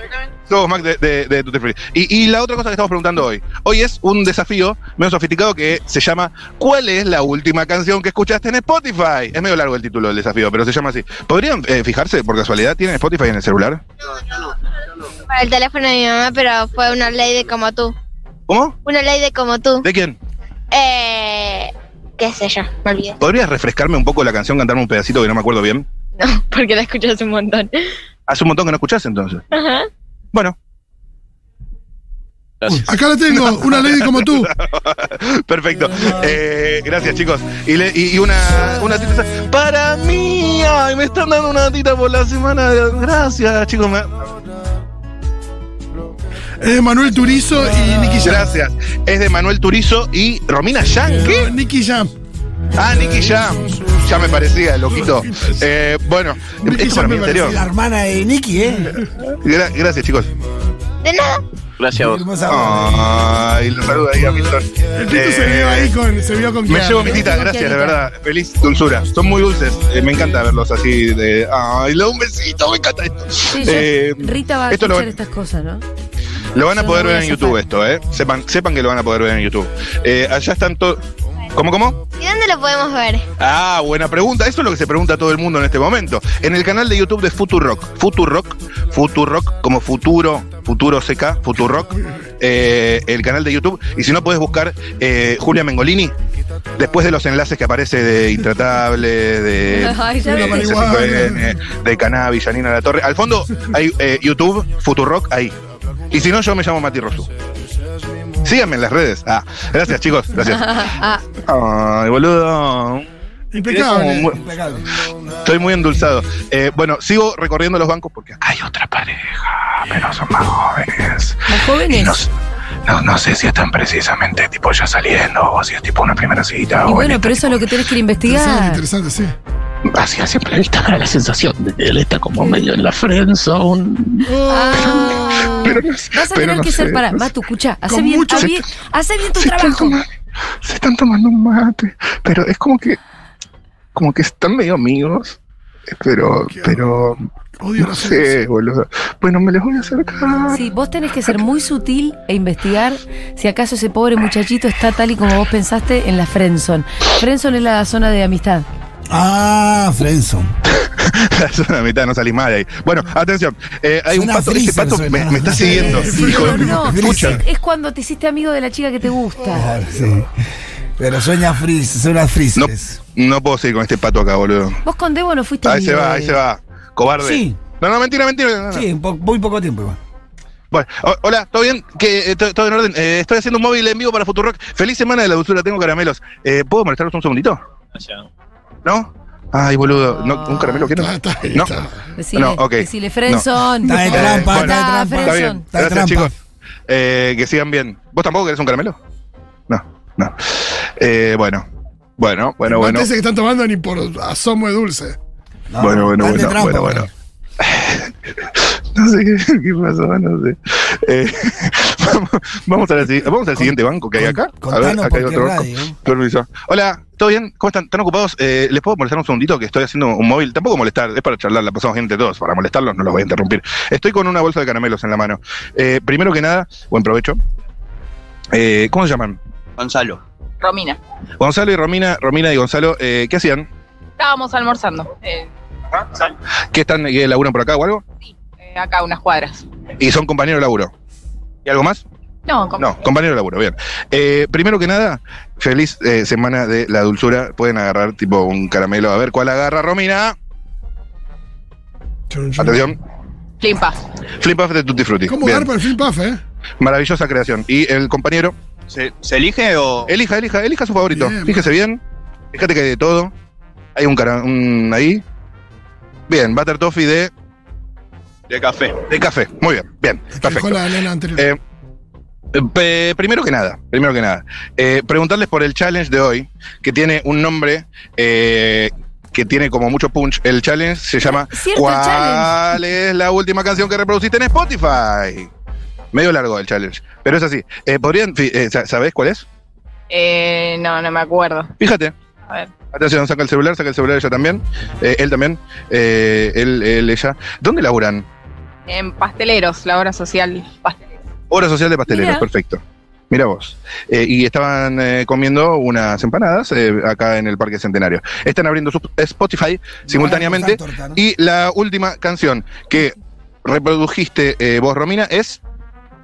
[SPEAKER 3] Somos Mac de, de, de Tutti Frutti. Y, y la otra cosa que estamos preguntando hoy. Hoy es un desafío menos sofisticado que se llama ¿Cuál es la última canción que escuchaste en Spotify? Es medio largo el título del desafío, pero se llama así. ¿Podrían eh, fijarse, por casualidad, tienen Spotify en el celular?
[SPEAKER 7] Para el teléfono de mi mamá, pero fue una ley de como tú.
[SPEAKER 3] ¿Cómo?
[SPEAKER 7] Una ley de como tú.
[SPEAKER 3] ¿De quién?
[SPEAKER 7] Eh, qué sé yo, me olvidé.
[SPEAKER 3] ¿Podrías refrescarme un poco la canción, cantarme un pedacito que no me acuerdo bien?
[SPEAKER 7] No, porque la escuché hace un montón.
[SPEAKER 3] Hace un montón que no escuchás entonces.
[SPEAKER 7] Ajá.
[SPEAKER 3] Bueno,
[SPEAKER 5] Gracias.
[SPEAKER 2] Acá la tengo, una lady como tú.
[SPEAKER 3] perfecto. Eh, gracias, chicos. Y, le- y- y una, una tita. Para mí, ay, me están dando una tita por la semana. Gracias, chicos. me-
[SPEAKER 2] Eh, Manuel Turizo y Nicky Jam.
[SPEAKER 3] Gracias. Es de Manuel Turizo y Romina Yang. ¿Qué?
[SPEAKER 2] Nicky Jam.
[SPEAKER 3] Ah, Nicky Jam. Ya me parecía, loquito. Eh, bueno,
[SPEAKER 2] Nicky
[SPEAKER 3] esto para
[SPEAKER 2] Jam
[SPEAKER 3] mi
[SPEAKER 2] me
[SPEAKER 3] interior.
[SPEAKER 8] La hermana de Nicky, ¿eh?
[SPEAKER 3] Gra- gracias, chicos.
[SPEAKER 7] De nada.
[SPEAKER 5] Gracias
[SPEAKER 3] Oh.
[SPEAKER 5] a vos.
[SPEAKER 8] Hermosa voz.
[SPEAKER 3] Ay, los saluda ahí a Milton. Eh,
[SPEAKER 2] El Tito se vio ahí con. Se vio con
[SPEAKER 3] Me
[SPEAKER 2] Keanu.
[SPEAKER 3] llevo mi tita, gracias, de verdad. Feliz dulzura. Son muy dulces. eh, me encanta verlos así de. Ay, le doy un besito, me encanta esto.
[SPEAKER 1] Sí, ya-
[SPEAKER 3] Eh,
[SPEAKER 1] Rita va a
[SPEAKER 3] esto lo-
[SPEAKER 1] escuchar estas cosas, ¿no?
[SPEAKER 3] Lo van a
[SPEAKER 1] Yo
[SPEAKER 3] poder
[SPEAKER 1] no voy
[SPEAKER 3] ver
[SPEAKER 1] a
[SPEAKER 3] en
[SPEAKER 1] zafar.
[SPEAKER 3] YouTube esto, ¿eh? Sepan, sepan que lo van a poder ver en YouTube. Eh, allá están todos. ¿Cómo, cómo?
[SPEAKER 7] ¿Y dónde lo podemos ver?
[SPEAKER 3] Ah, buena pregunta. Eso es lo que se pregunta todo el mundo en este momento. En el canal de YouTube de Futurock. Futurock. Futurock como futuro. Futuro CK. Futurock. eh, el canal de YouTube. Y si no, puedes buscar eh, Julia Mengolini. Después de los enlaces que aparece de Intratable, de,
[SPEAKER 1] Ay, ya
[SPEAKER 3] de,
[SPEAKER 1] vi.
[SPEAKER 3] C5N, de Cannabis, Janina La Torre. Al fondo hay eh, YouTube, Futurock, ahí. Y si no, yo me llamo Mati Rosu. Síganme en las redes. Ah, gracias, chicos. Gracias.
[SPEAKER 1] Ah,
[SPEAKER 3] Ay, boludo.
[SPEAKER 2] Impecable.
[SPEAKER 3] Muy-
[SPEAKER 8] Impecable.
[SPEAKER 3] Estoy muy endulzado. Eh, bueno, sigo recorriendo los bancos porque acá hay otra pareja, pero son más jóvenes.
[SPEAKER 1] los
[SPEAKER 3] Y
[SPEAKER 1] jóvenes.
[SPEAKER 3] no, s- no, no sé si están precisamente tipo ya saliendo o si es tipo una primera cita.
[SPEAKER 1] Y
[SPEAKER 3] o
[SPEAKER 1] bueno,
[SPEAKER 3] en
[SPEAKER 1] pero eso es lo que tenés que ir a
[SPEAKER 2] Interesante,
[SPEAKER 1] investigar.
[SPEAKER 2] interesante, sí.
[SPEAKER 9] Así a simple vista me da la sensación de que él está como medio en la friendzone.
[SPEAKER 1] Ah.
[SPEAKER 3] Pero no sé,
[SPEAKER 1] Vas a
[SPEAKER 3] pero
[SPEAKER 1] tener
[SPEAKER 3] no
[SPEAKER 1] que
[SPEAKER 3] sé,
[SPEAKER 1] ser para.
[SPEAKER 3] no sé.
[SPEAKER 1] Matu, escucha, hace
[SPEAKER 2] Con
[SPEAKER 1] bien,
[SPEAKER 2] mucho-
[SPEAKER 1] hace bien, hace bien tu
[SPEAKER 3] Se están,
[SPEAKER 1] trabajo.
[SPEAKER 3] toma- se están tomando un mate, pero es como que como que están medio amigos, pero pero
[SPEAKER 2] Odio
[SPEAKER 3] no
[SPEAKER 2] las redes.
[SPEAKER 3] sé, boludo. Bueno, me les voy a acercar.
[SPEAKER 1] Sí, vos tenés que ser muy sutil e investigar si acaso ese pobre muchachito está tal y como vos pensaste en la Frenson. Frenson es la zona de amistad.
[SPEAKER 8] Ah, Frenson.
[SPEAKER 3] Es una mitad, no salís más de ahí. Bueno, atención. eh, hay
[SPEAKER 8] Suena
[SPEAKER 3] un pato, ese
[SPEAKER 8] freezer,
[SPEAKER 3] pato
[SPEAKER 8] suena.
[SPEAKER 3] me, me está siguiendo.
[SPEAKER 8] Sí,
[SPEAKER 3] hijo
[SPEAKER 1] No,
[SPEAKER 3] de puta.
[SPEAKER 1] no,
[SPEAKER 8] Escucha.
[SPEAKER 1] es, es cuando te hiciste amigo de la chica que te gusta.
[SPEAKER 8] Ah, sí. Pero sueña fris, suena
[SPEAKER 3] No,
[SPEAKER 8] frises.
[SPEAKER 3] no puedo seguir con este pato acá, boludo.
[SPEAKER 1] Vos con Debo no fuiste
[SPEAKER 3] Ahí se
[SPEAKER 1] vivo,
[SPEAKER 3] va,
[SPEAKER 1] eh.
[SPEAKER 3] ahí se va. Cobarde.
[SPEAKER 8] Sí.
[SPEAKER 3] No, no, mentira, mentira. no, no.
[SPEAKER 8] Sí, en po- muy poco tiempo igual.
[SPEAKER 3] Bueno, o- hola, ¿todo bien? ¿Qué, eh, to- ¿Todo en orden? Eh, estoy haciendo un móvil en vivo para Futurock. Feliz semana de la dulzura, tengo caramelos. Eh, ¿Puedo molestaros un segundito? ¿No? Ay, boludo. No, ¿Un caramelo quiero?
[SPEAKER 2] Está, está,
[SPEAKER 3] No.
[SPEAKER 2] está.
[SPEAKER 1] Decile,
[SPEAKER 3] No, ok.
[SPEAKER 1] decile, Frenson.
[SPEAKER 8] Está de trampa,
[SPEAKER 3] Eh, bueno,
[SPEAKER 8] está de
[SPEAKER 1] está,
[SPEAKER 8] trampa.
[SPEAKER 3] Está
[SPEAKER 1] Frenson.
[SPEAKER 3] bien.
[SPEAKER 8] Está de
[SPEAKER 3] Gracias,
[SPEAKER 8] trampa.
[SPEAKER 3] chicos. Eh, que sigan bien. ¿Vos tampoco querés un caramelo? No, no. Eh, bueno, bueno, bueno,
[SPEAKER 2] No
[SPEAKER 3] bueno.
[SPEAKER 2] te dice que están tomando ni por asomo de dulce.
[SPEAKER 8] No,
[SPEAKER 3] Bueno, bueno,
[SPEAKER 8] está de
[SPEAKER 3] bueno, bueno,
[SPEAKER 8] boludo.
[SPEAKER 3] bueno. No sé qué, qué pasó, no sé. Eh, vamos, vamos, a la si- vamos al siguiente banco que hay acá.
[SPEAKER 8] Con-
[SPEAKER 3] A ver,
[SPEAKER 8] contanos
[SPEAKER 3] acá hay
[SPEAKER 8] por qué
[SPEAKER 3] otro banco.
[SPEAKER 8] radio.
[SPEAKER 3] Permiso. Hola, ¿todo bien? ¿Cómo están? ¿Están ocupados? Eh, ¿Les puedo molestar un segundito que estoy haciendo un móvil? Tampoco molestar, es para charlar, la pasamos gente todos. Para molestarlos no los voy a interrumpir. Estoy con una bolsa de caramelos en la mano. Eh, primero que nada, buen provecho. Eh, ¿Cómo se llaman?
[SPEAKER 10] Gonzalo.
[SPEAKER 11] Romina.
[SPEAKER 3] Gonzalo y Romina, Romina y Gonzalo, eh, ¿qué hacían?
[SPEAKER 11] Estábamos almorzando. eh,
[SPEAKER 3] ¿Qué están, eh, laburan por acá o algo?
[SPEAKER 11] eh, acá, unas cuadras.
[SPEAKER 3] Y son compañeros de laburo. ¿Y algo más?
[SPEAKER 11] No, con-
[SPEAKER 3] No, compañero de laburo, bien. Eh, primero que nada, feliz eh, semana de la dulzura. Pueden agarrar tipo un caramelo. A ver cuál agarra Romina. Atención.
[SPEAKER 11] Flimpa.
[SPEAKER 3] Flip Puff de Tutti Frutti.
[SPEAKER 2] ¿Cómo
[SPEAKER 3] Bien.
[SPEAKER 2] garpa el flip puff, eh?
[SPEAKER 3] Maravillosa creación. Y el compañero,
[SPEAKER 10] ¿Se, se elige o.?
[SPEAKER 3] elija, elija, elija su favorito.
[SPEAKER 2] Bien.
[SPEAKER 3] Fíjese bien. Fíjate que hay de todo. Hay un, cara, un ahí. Bien, Butter Toffee de,
[SPEAKER 10] De café.
[SPEAKER 3] de café. Muy bien, bien.
[SPEAKER 2] El que dejó
[SPEAKER 3] Perfecto.
[SPEAKER 2] la nena anterior.
[SPEAKER 3] Eh, pe- primero que nada, primero que nada, eh, preguntarles por el challenge de hoy, que tiene un nombre eh, que tiene como mucho punch. El challenge se llama
[SPEAKER 1] Cierto, el
[SPEAKER 3] ¿Cuál
[SPEAKER 1] challenge.
[SPEAKER 3] es la última canción que reproduciste en Spotify? Medio largo el challenge, pero es así. Eh, ¿Podrían, fi- eh, sa- sabés cuál es?
[SPEAKER 11] Eh, no, no me acuerdo.
[SPEAKER 3] Fíjate.
[SPEAKER 11] A ver.
[SPEAKER 3] Atención, saca el celular, saca el celular ella también, eh, él también, eh, él, él, ella. ¿Dónde laburan?
[SPEAKER 11] En pasteleros, la obra social. Pasteleros.
[SPEAKER 3] Hora social de pasteleros,
[SPEAKER 1] Mirá.
[SPEAKER 3] perfecto. Mira vos. Eh, y estaban eh, comiendo unas empanadas eh, acá en el Parque Centenario. Están abriendo su Spotify
[SPEAKER 8] Van
[SPEAKER 3] simultáneamente.
[SPEAKER 8] a cortar torta, ¿no?
[SPEAKER 3] Y la última canción que reprodujiste eh, vos, Romina, es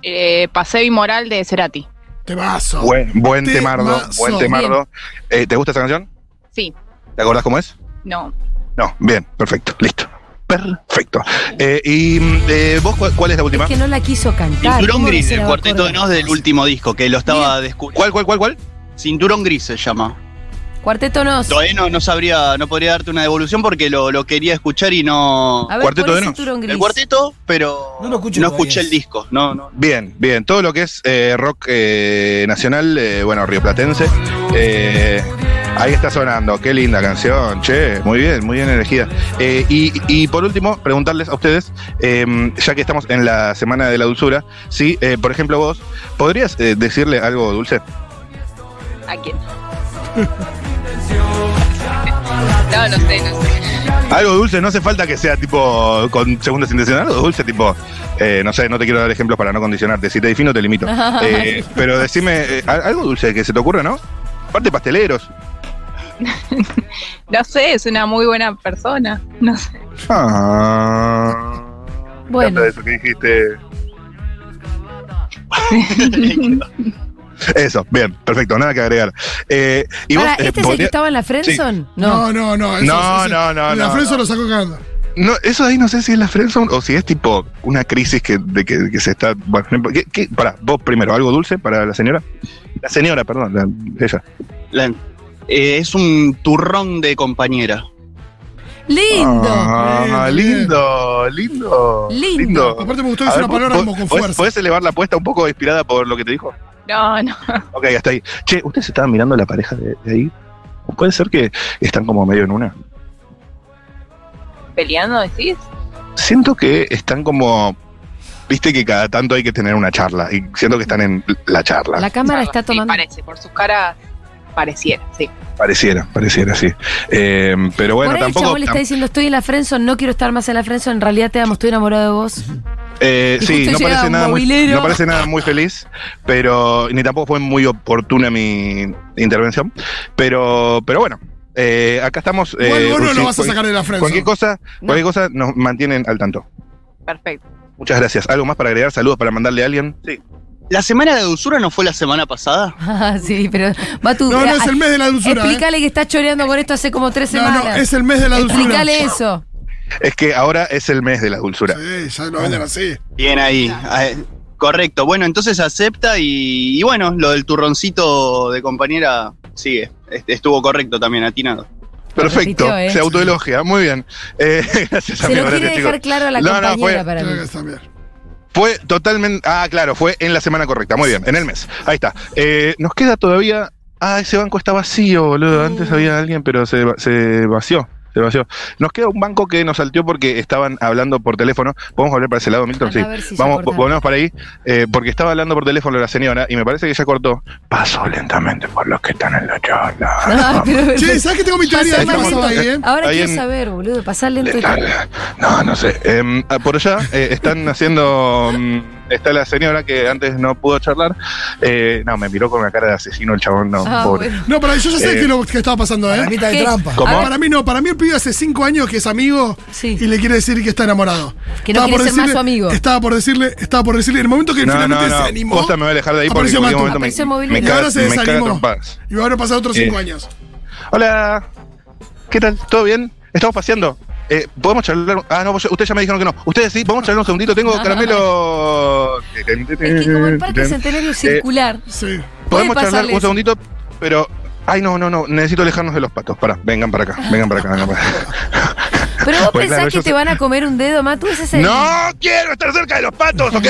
[SPEAKER 11] Eh, paseo inmoral de Cerati.
[SPEAKER 2] Te vaso.
[SPEAKER 3] Buen, buen
[SPEAKER 2] Temazo.
[SPEAKER 3] Temardo. Buen Temardo. Eh, ¿Te gusta esa canción?
[SPEAKER 11] Sí.
[SPEAKER 3] ¿Te acordás cómo es?
[SPEAKER 11] No.
[SPEAKER 3] No, bien, perfecto, listo. Perfecto. Eh, ¿Y mm, eh, vos cuál, cuál es la última?
[SPEAKER 1] Es que no la quiso cantar.
[SPEAKER 10] Cinturón
[SPEAKER 1] ¿cómo
[SPEAKER 10] Gris,
[SPEAKER 1] se
[SPEAKER 10] el
[SPEAKER 1] la va a
[SPEAKER 10] cuarteto de Nos
[SPEAKER 1] acordar?
[SPEAKER 10] del último disco, que lo estaba descubriendo.
[SPEAKER 3] ¿Cuál, cuál, cuál, cuál?
[SPEAKER 10] Cinturón Gris se llama.
[SPEAKER 1] Cuarteto Nos.
[SPEAKER 10] Todavía no, no sabría, no podría darte una devolución porque lo, lo quería escuchar y no.
[SPEAKER 1] A ver,
[SPEAKER 3] Cuarteto
[SPEAKER 1] ¿cuál es
[SPEAKER 3] de Nos.
[SPEAKER 1] Cinturón Gris?
[SPEAKER 10] El cuarteto, pero.
[SPEAKER 8] No lo escuché todavía.
[SPEAKER 10] escuché el disco. No, no.
[SPEAKER 3] Bien, bien. Todo lo que es eh, rock eh, nacional, eh, bueno, rioplatense. eh, ahí está sonando. Qué linda canción, che. Muy bien, muy bien elegida. Eh, y, y por último, preguntarles a ustedes, eh, ya que estamos en la semana de la dulzura, si, eh, por ejemplo, vos, ¿podrías eh, decirle algo dulce?
[SPEAKER 11] ¿A quién? no, no sé, no sé.
[SPEAKER 3] Algo dulce, no hace falta que sea tipo con segundas intenciones, algo dulce, tipo, eh, no sé, no te quiero dar ejemplos para no condicionarte. Si te defino, te limito. Eh, pero decime eh, al- algo dulce que se te ocurra, ¿no? Aparte, pasteleros.
[SPEAKER 11] No sé, es una muy buena persona. No sé.
[SPEAKER 3] Ah.
[SPEAKER 1] Bueno.
[SPEAKER 3] Me encanta Eso que dijiste. Eso, bien, perfecto, nada que agregar. Eh, y vos,
[SPEAKER 1] Pará,
[SPEAKER 3] eh,
[SPEAKER 1] ¿Este es el que
[SPEAKER 3] podría-
[SPEAKER 1] estaba en la Frenson? No.
[SPEAKER 2] no, no, no.
[SPEAKER 3] No, no, no,
[SPEAKER 2] La
[SPEAKER 3] no.
[SPEAKER 2] Frenzo lo sacó cagando.
[SPEAKER 3] no, eso de ahí no sé si es la friendzone o si es tipo una crisis que, de que, que se está. Bueno, no importa. ¿Qué- qué? pará, vos primero, ¿algo dulce para la señora? La señora, perdón, la- ella.
[SPEAKER 10] La- eh, es un turrón de compañera.
[SPEAKER 1] Lindo.
[SPEAKER 3] Ah,
[SPEAKER 2] Bien,
[SPEAKER 3] lindo, lindo,
[SPEAKER 1] Lindo.
[SPEAKER 2] Aparte me gustó que
[SPEAKER 3] A
[SPEAKER 2] es
[SPEAKER 3] ver,
[SPEAKER 2] una palabra
[SPEAKER 3] ¿podés-
[SPEAKER 2] como con
[SPEAKER 3] podés-
[SPEAKER 2] fuerza.
[SPEAKER 3] ¿Podés elevar la apuesta un poco inspirada por lo que te dijo?
[SPEAKER 11] No, no.
[SPEAKER 3] Ok, hasta ahí. Che, ¿ustedes estaban mirando la pareja de, de ahí? ¿Puede ser que están como medio en una?
[SPEAKER 11] ¿Peleando decís?
[SPEAKER 3] Siento que están como... Viste que cada tanto hay que tener una charla y siento que están en la charla.
[SPEAKER 1] La cámara está
[SPEAKER 11] Sí,
[SPEAKER 1] tomando.
[SPEAKER 11] parece, por sus caras pareciera, sí.
[SPEAKER 3] Pareciera, pareciera, sí. Eh, pero bueno,
[SPEAKER 1] Por ahí el
[SPEAKER 3] tampoco...
[SPEAKER 1] chabón le está
[SPEAKER 3] tam-
[SPEAKER 1] diciendo, estoy en la Frenson, no quiero estar más en la Frenson, en realidad te amo, estoy enamorado de vos.
[SPEAKER 3] eh,
[SPEAKER 1] y
[SPEAKER 3] sí,
[SPEAKER 1] justo
[SPEAKER 3] no
[SPEAKER 1] llega
[SPEAKER 3] parece,
[SPEAKER 1] un
[SPEAKER 3] nada muy,
[SPEAKER 1] mobilero.
[SPEAKER 3] no parece nada muy feliz, pero ni tampoco fue muy oportuna mi intervención. Pero, pero bueno, eh, acá estamos...
[SPEAKER 2] Igual
[SPEAKER 3] eh,
[SPEAKER 2] vos no
[SPEAKER 3] sí,
[SPEAKER 2] lo vas a
[SPEAKER 3] cual-
[SPEAKER 2] sacar de la Frenzo.
[SPEAKER 3] Cualquier cosa,
[SPEAKER 1] No.
[SPEAKER 3] cualquier cosa nos mantienen al tanto.
[SPEAKER 11] Perfecto.
[SPEAKER 3] Muchas gracias. ¿Algo más para agregar? ¿Saludos para mandarle a alguien? Sí.
[SPEAKER 10] ¿La semana de la dulzura no fue la semana pasada?
[SPEAKER 1] Ah, sí, pero Matu, eh,
[SPEAKER 2] No, no, es el mes de la dulzura, eh.
[SPEAKER 1] Explícale que estás choreando con esto hace como tres
[SPEAKER 2] No, no,
[SPEAKER 1] semanas.
[SPEAKER 2] es el mes de la dulzura.
[SPEAKER 1] Explícale eso.
[SPEAKER 3] Es que ahora es el mes de la dulzura.
[SPEAKER 2] Sí, ya lo venden así.
[SPEAKER 10] Bien ahí. ah, eh, Correcto. Bueno, entonces acepta y, y bueno, lo del turroncito de compañera sigue. Est- Estuvo correcto también, atinado.
[SPEAKER 3] Perfecto,
[SPEAKER 1] repitió, ¿eh?
[SPEAKER 3] se autoelogia, muy bien. Eh, gracias,
[SPEAKER 1] Se
[SPEAKER 3] amigo,
[SPEAKER 1] lo quiere
[SPEAKER 3] gracias, chicos.
[SPEAKER 1] dejar claro a la
[SPEAKER 3] No, no,
[SPEAKER 1] compañera
[SPEAKER 3] fue-
[SPEAKER 1] para mí.
[SPEAKER 2] Creo que está bien.
[SPEAKER 3] Fue totalmente. Ah, claro, fue en la semana correcta. Muy bien, en el mes. Ahí está. Eh, nos queda todavía. Ah, ese banco está vacío, boludo. Antes había alguien, pero se, va- se vació. Se vació. Nos queda un banco que nos salteó porque estaban hablando por teléfono. ¿Podemos volver para ese lado, Milton?
[SPEAKER 1] Anda
[SPEAKER 3] Sí.
[SPEAKER 1] a ver si ya
[SPEAKER 3] Vamos,
[SPEAKER 1] cortaron.
[SPEAKER 3] volvemos para ahí. eh, porque estaba hablando por teléfono la señora y me parece que ya cortó. Paso lentamente por los que están en la charla.
[SPEAKER 1] Ah, pero-
[SPEAKER 2] Che, ¿sabes que tengo mi teoría
[SPEAKER 1] Pasá
[SPEAKER 2] de qué
[SPEAKER 1] más
[SPEAKER 2] pasó
[SPEAKER 1] lento.
[SPEAKER 2] ahí, eh?
[SPEAKER 1] Ahora
[SPEAKER 3] Ahí
[SPEAKER 1] quiero
[SPEAKER 3] en-
[SPEAKER 1] saber, boludo. Pasar lento. y-
[SPEAKER 3] No, no sé. Em, ah, por allá eh, están haciendo. mm, está la señora que antes no pudo charlar. Eh, no, me miró con una cara de asesino el chabón, no,
[SPEAKER 1] Ah,
[SPEAKER 3] pobre.
[SPEAKER 1] bueno.
[SPEAKER 2] No, para yo ya sé
[SPEAKER 3] Eh.
[SPEAKER 2] qué es lo que estaba pasando,
[SPEAKER 8] Para mí
[SPEAKER 2] ¿eh?
[SPEAKER 8] está de
[SPEAKER 1] ¿Qué?
[SPEAKER 8] trampa.
[SPEAKER 3] ¿Cómo?
[SPEAKER 2] No, para mí no, para mí el pibe hace cinco años que es amigo
[SPEAKER 1] Sí.
[SPEAKER 2] y le quiere decir que está enamorado.
[SPEAKER 1] Que no
[SPEAKER 2] Estaba
[SPEAKER 1] quiere
[SPEAKER 2] por
[SPEAKER 1] ser más
[SPEAKER 2] decirle-
[SPEAKER 1] su amigo.
[SPEAKER 2] Estaba por decirle, estaba por decirle, en el momento que
[SPEAKER 3] No, no,
[SPEAKER 2] finalmente se
[SPEAKER 3] no.
[SPEAKER 2] animó.
[SPEAKER 3] Posta me voy a alejar de ahí porque
[SPEAKER 2] apareció
[SPEAKER 3] en cualquier
[SPEAKER 2] Matu.
[SPEAKER 3] momento me,
[SPEAKER 1] Apareció móvil.
[SPEAKER 3] me
[SPEAKER 1] Y
[SPEAKER 2] Y
[SPEAKER 3] caga,
[SPEAKER 2] ahora se
[SPEAKER 3] me caga
[SPEAKER 2] desanimó.
[SPEAKER 3] trompadas.
[SPEAKER 2] Y van a pasar otros
[SPEAKER 3] Eh.
[SPEAKER 2] cinco años.
[SPEAKER 3] Hola. ¿Qué tal? ¿Todo bien? ¿Estamos paseando? Eh, ¿Podemos charlar? Ah, no, vos- ustedes ya me dijeron que no. Ustedes sí, ¿podemos charlar un segundito? Tengo caramelo.
[SPEAKER 1] Es que como el parque centenario es
[SPEAKER 3] Eh,
[SPEAKER 1] circular.
[SPEAKER 2] Sí.
[SPEAKER 1] Puede
[SPEAKER 3] Podemos charlar
[SPEAKER 1] pasarle
[SPEAKER 3] un
[SPEAKER 1] eso.
[SPEAKER 3] segundito, pero. Ay, no, no, no, necesito alejarnos de los patos. Pará, vengan para acá, vengan para acá, vengan para acá.
[SPEAKER 1] Pero vos
[SPEAKER 3] Pues
[SPEAKER 1] pensás
[SPEAKER 3] claro,
[SPEAKER 1] que
[SPEAKER 3] yo
[SPEAKER 1] te
[SPEAKER 3] sé-
[SPEAKER 1] van a comer un dedo, Matu. Ese es el.
[SPEAKER 3] ¡No quiero estar cerca de los patos, ¿ok?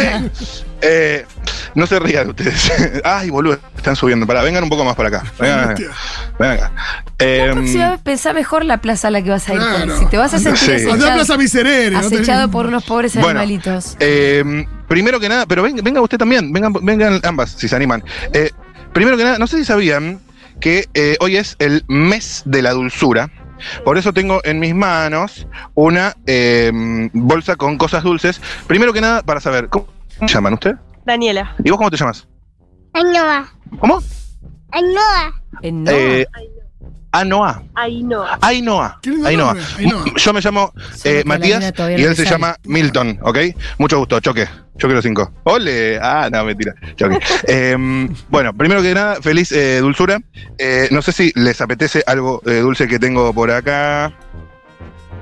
[SPEAKER 3] Eh, no se rían ustedes. Ay, boludo, están subiendo. Pará, vengan un poco más para acá. Vengan, acá,
[SPEAKER 2] Hostia.
[SPEAKER 3] vengan acá.
[SPEAKER 1] La
[SPEAKER 3] Em,
[SPEAKER 1] próxima vez pensá mejor la plaza a la que vas a ir.
[SPEAKER 2] Claro.
[SPEAKER 1] porque Si te vas a sentir
[SPEAKER 3] Sí.
[SPEAKER 2] Andá a
[SPEAKER 1] acechado,
[SPEAKER 2] Plaza Miserere. no tenés-
[SPEAKER 1] acechado por unos pobres
[SPEAKER 3] Bueno.
[SPEAKER 1] animalitos.
[SPEAKER 3] em, primero que nada, pero venga, venga usted también, vengan, vengan ambas, si se animan. Eh, primero que nada, no sé si sabían que eh, hoy es el mes de la dulzura. Por eso tengo en mis manos una em, bolsa con cosas dulces. Primero que nada, para saber, ¿cómo se llaman usted?
[SPEAKER 12] Daniela.
[SPEAKER 3] ¿Y vos cómo te llamas?
[SPEAKER 7] Ainhoa,
[SPEAKER 3] ¿Cómo?
[SPEAKER 7] Ainhoa,
[SPEAKER 1] Eh, no.
[SPEAKER 3] Eh, Anoa.
[SPEAKER 12] Ahí no.
[SPEAKER 3] Ainhoa.
[SPEAKER 2] Qué lindo
[SPEAKER 3] Ainhoa.
[SPEAKER 2] nombre, Ainhoa.
[SPEAKER 3] M- Yo me llamo
[SPEAKER 1] Solo
[SPEAKER 3] eh,
[SPEAKER 1] que a la mina
[SPEAKER 3] Matías
[SPEAKER 1] todavía
[SPEAKER 3] y
[SPEAKER 1] no
[SPEAKER 3] él
[SPEAKER 1] le
[SPEAKER 3] se
[SPEAKER 1] sale.
[SPEAKER 3] llama Milton, ¿ok? Mucho gusto, choque. Choque los cinco. ¡Ole! Ah, no, mentira. Choque. Em, bueno, primero que nada, feliz eh, dulzura. Eh, no sé si les apetece algo eh, dulce que tengo por acá.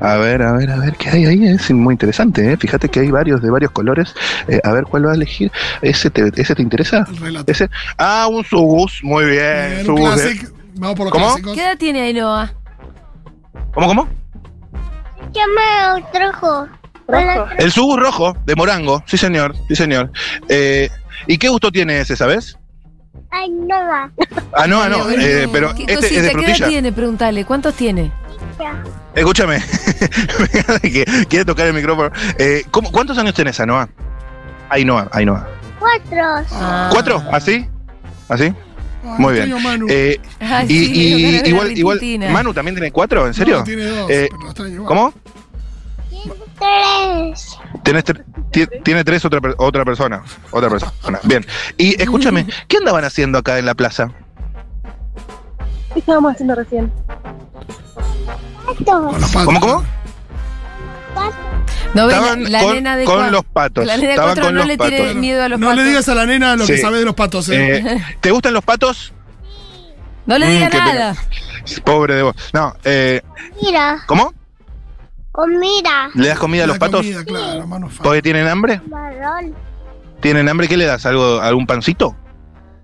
[SPEAKER 3] A ver, a ver, a ver, ¿qué hay ahí? Es muy interesante, ¿eh? Fíjate que hay varios de varios colores. Eh, a ver, ¿cuál va a elegir? ¿Ese te, ese te interesa?
[SPEAKER 2] El relato.
[SPEAKER 3] ¿Ese? Ah, un sugus, muy bien.
[SPEAKER 2] Bien, un
[SPEAKER 3] sugus ¿eh? de-
[SPEAKER 2] classic. Vamos por los
[SPEAKER 3] ¿Cómo?
[SPEAKER 2] clásicos.
[SPEAKER 1] ¿Qué edad tiene Ainhoa?
[SPEAKER 3] ¿Cómo, cómo?
[SPEAKER 7] llama a Trojo.
[SPEAKER 12] Rojo.
[SPEAKER 3] El sugus rojo de Morango, sí señor, sí señor. Eh, ¿Y qué gusto tiene ese, sabes?
[SPEAKER 7] Ainhoa,
[SPEAKER 3] Ah, no, ah, no,
[SPEAKER 1] Ay,
[SPEAKER 3] eh,
[SPEAKER 1] no.
[SPEAKER 3] pero
[SPEAKER 1] ¿Qué
[SPEAKER 3] este
[SPEAKER 1] cosita?
[SPEAKER 3] es de
[SPEAKER 1] ¿Qué edad
[SPEAKER 3] frutilla.
[SPEAKER 1] tiene? Preguntale. ¿Cuántos tiene?
[SPEAKER 3] Escúchame, que quiere tocar el micrófono. Eh, ¿cómo- ¿Cuántos años tenés, Anoa? Ainhoa, Ainhoa.
[SPEAKER 7] cuatro.
[SPEAKER 1] Ah.
[SPEAKER 3] ¿Cuatro? ¿Así? ¿Así?
[SPEAKER 2] Ah,
[SPEAKER 3] Muy
[SPEAKER 2] extraño
[SPEAKER 3] bien.
[SPEAKER 2] a Manu.
[SPEAKER 3] Eh,
[SPEAKER 1] Ay,
[SPEAKER 3] y,
[SPEAKER 1] Ah, sí, me dio
[SPEAKER 3] y-
[SPEAKER 1] ganas de
[SPEAKER 3] igual,
[SPEAKER 1] ver
[SPEAKER 3] igual,
[SPEAKER 1] Argentina.
[SPEAKER 3] Manu también tiene cuatro, ¿en serio?
[SPEAKER 2] No, tiene dos,
[SPEAKER 3] Eh,
[SPEAKER 2] pero lo extraño igual.
[SPEAKER 3] ¿Cómo?
[SPEAKER 7] Tres.
[SPEAKER 3] Tenés tre- ti- tiene tres otra, per- otra persona, otra persona. Bien. Y escúchame, ¿qué andaban haciendo acá en la plaza?
[SPEAKER 12] ¿Qué estábamos haciendo recién?
[SPEAKER 2] Con los patos.
[SPEAKER 3] ¿Cómo, cómo?
[SPEAKER 1] No ven,
[SPEAKER 3] Estaban
[SPEAKER 1] Ah, la
[SPEAKER 3] con,
[SPEAKER 1] nena de
[SPEAKER 3] con
[SPEAKER 1] cua-
[SPEAKER 3] los patos.
[SPEAKER 1] La nena de
[SPEAKER 3] Estaban
[SPEAKER 1] cuatro
[SPEAKER 3] con
[SPEAKER 1] no
[SPEAKER 3] los
[SPEAKER 1] le
[SPEAKER 3] patos.
[SPEAKER 1] tiene miedo a los
[SPEAKER 2] No
[SPEAKER 1] patos.
[SPEAKER 2] le digas a la nena lo que
[SPEAKER 3] Sí.
[SPEAKER 2] sabe de los patos, eh.
[SPEAKER 3] Eh, ¿Te gustan los patos?
[SPEAKER 1] No le
[SPEAKER 3] Mm,
[SPEAKER 1] diga
[SPEAKER 3] qué pena.
[SPEAKER 1] nada.
[SPEAKER 3] Pobre de vos. No, eh,
[SPEAKER 7] Mira,
[SPEAKER 3] ¿cómo?
[SPEAKER 7] comida.
[SPEAKER 3] ¿Le das comida a los
[SPEAKER 2] La
[SPEAKER 3] patos?
[SPEAKER 2] comida, claro, Manu, fa-
[SPEAKER 3] ¿Porque tienen hambre?
[SPEAKER 7] Marrón.
[SPEAKER 3] ¿Tienen hambre? ¿Qué le das? ¿Algo, ¿Algún pancito?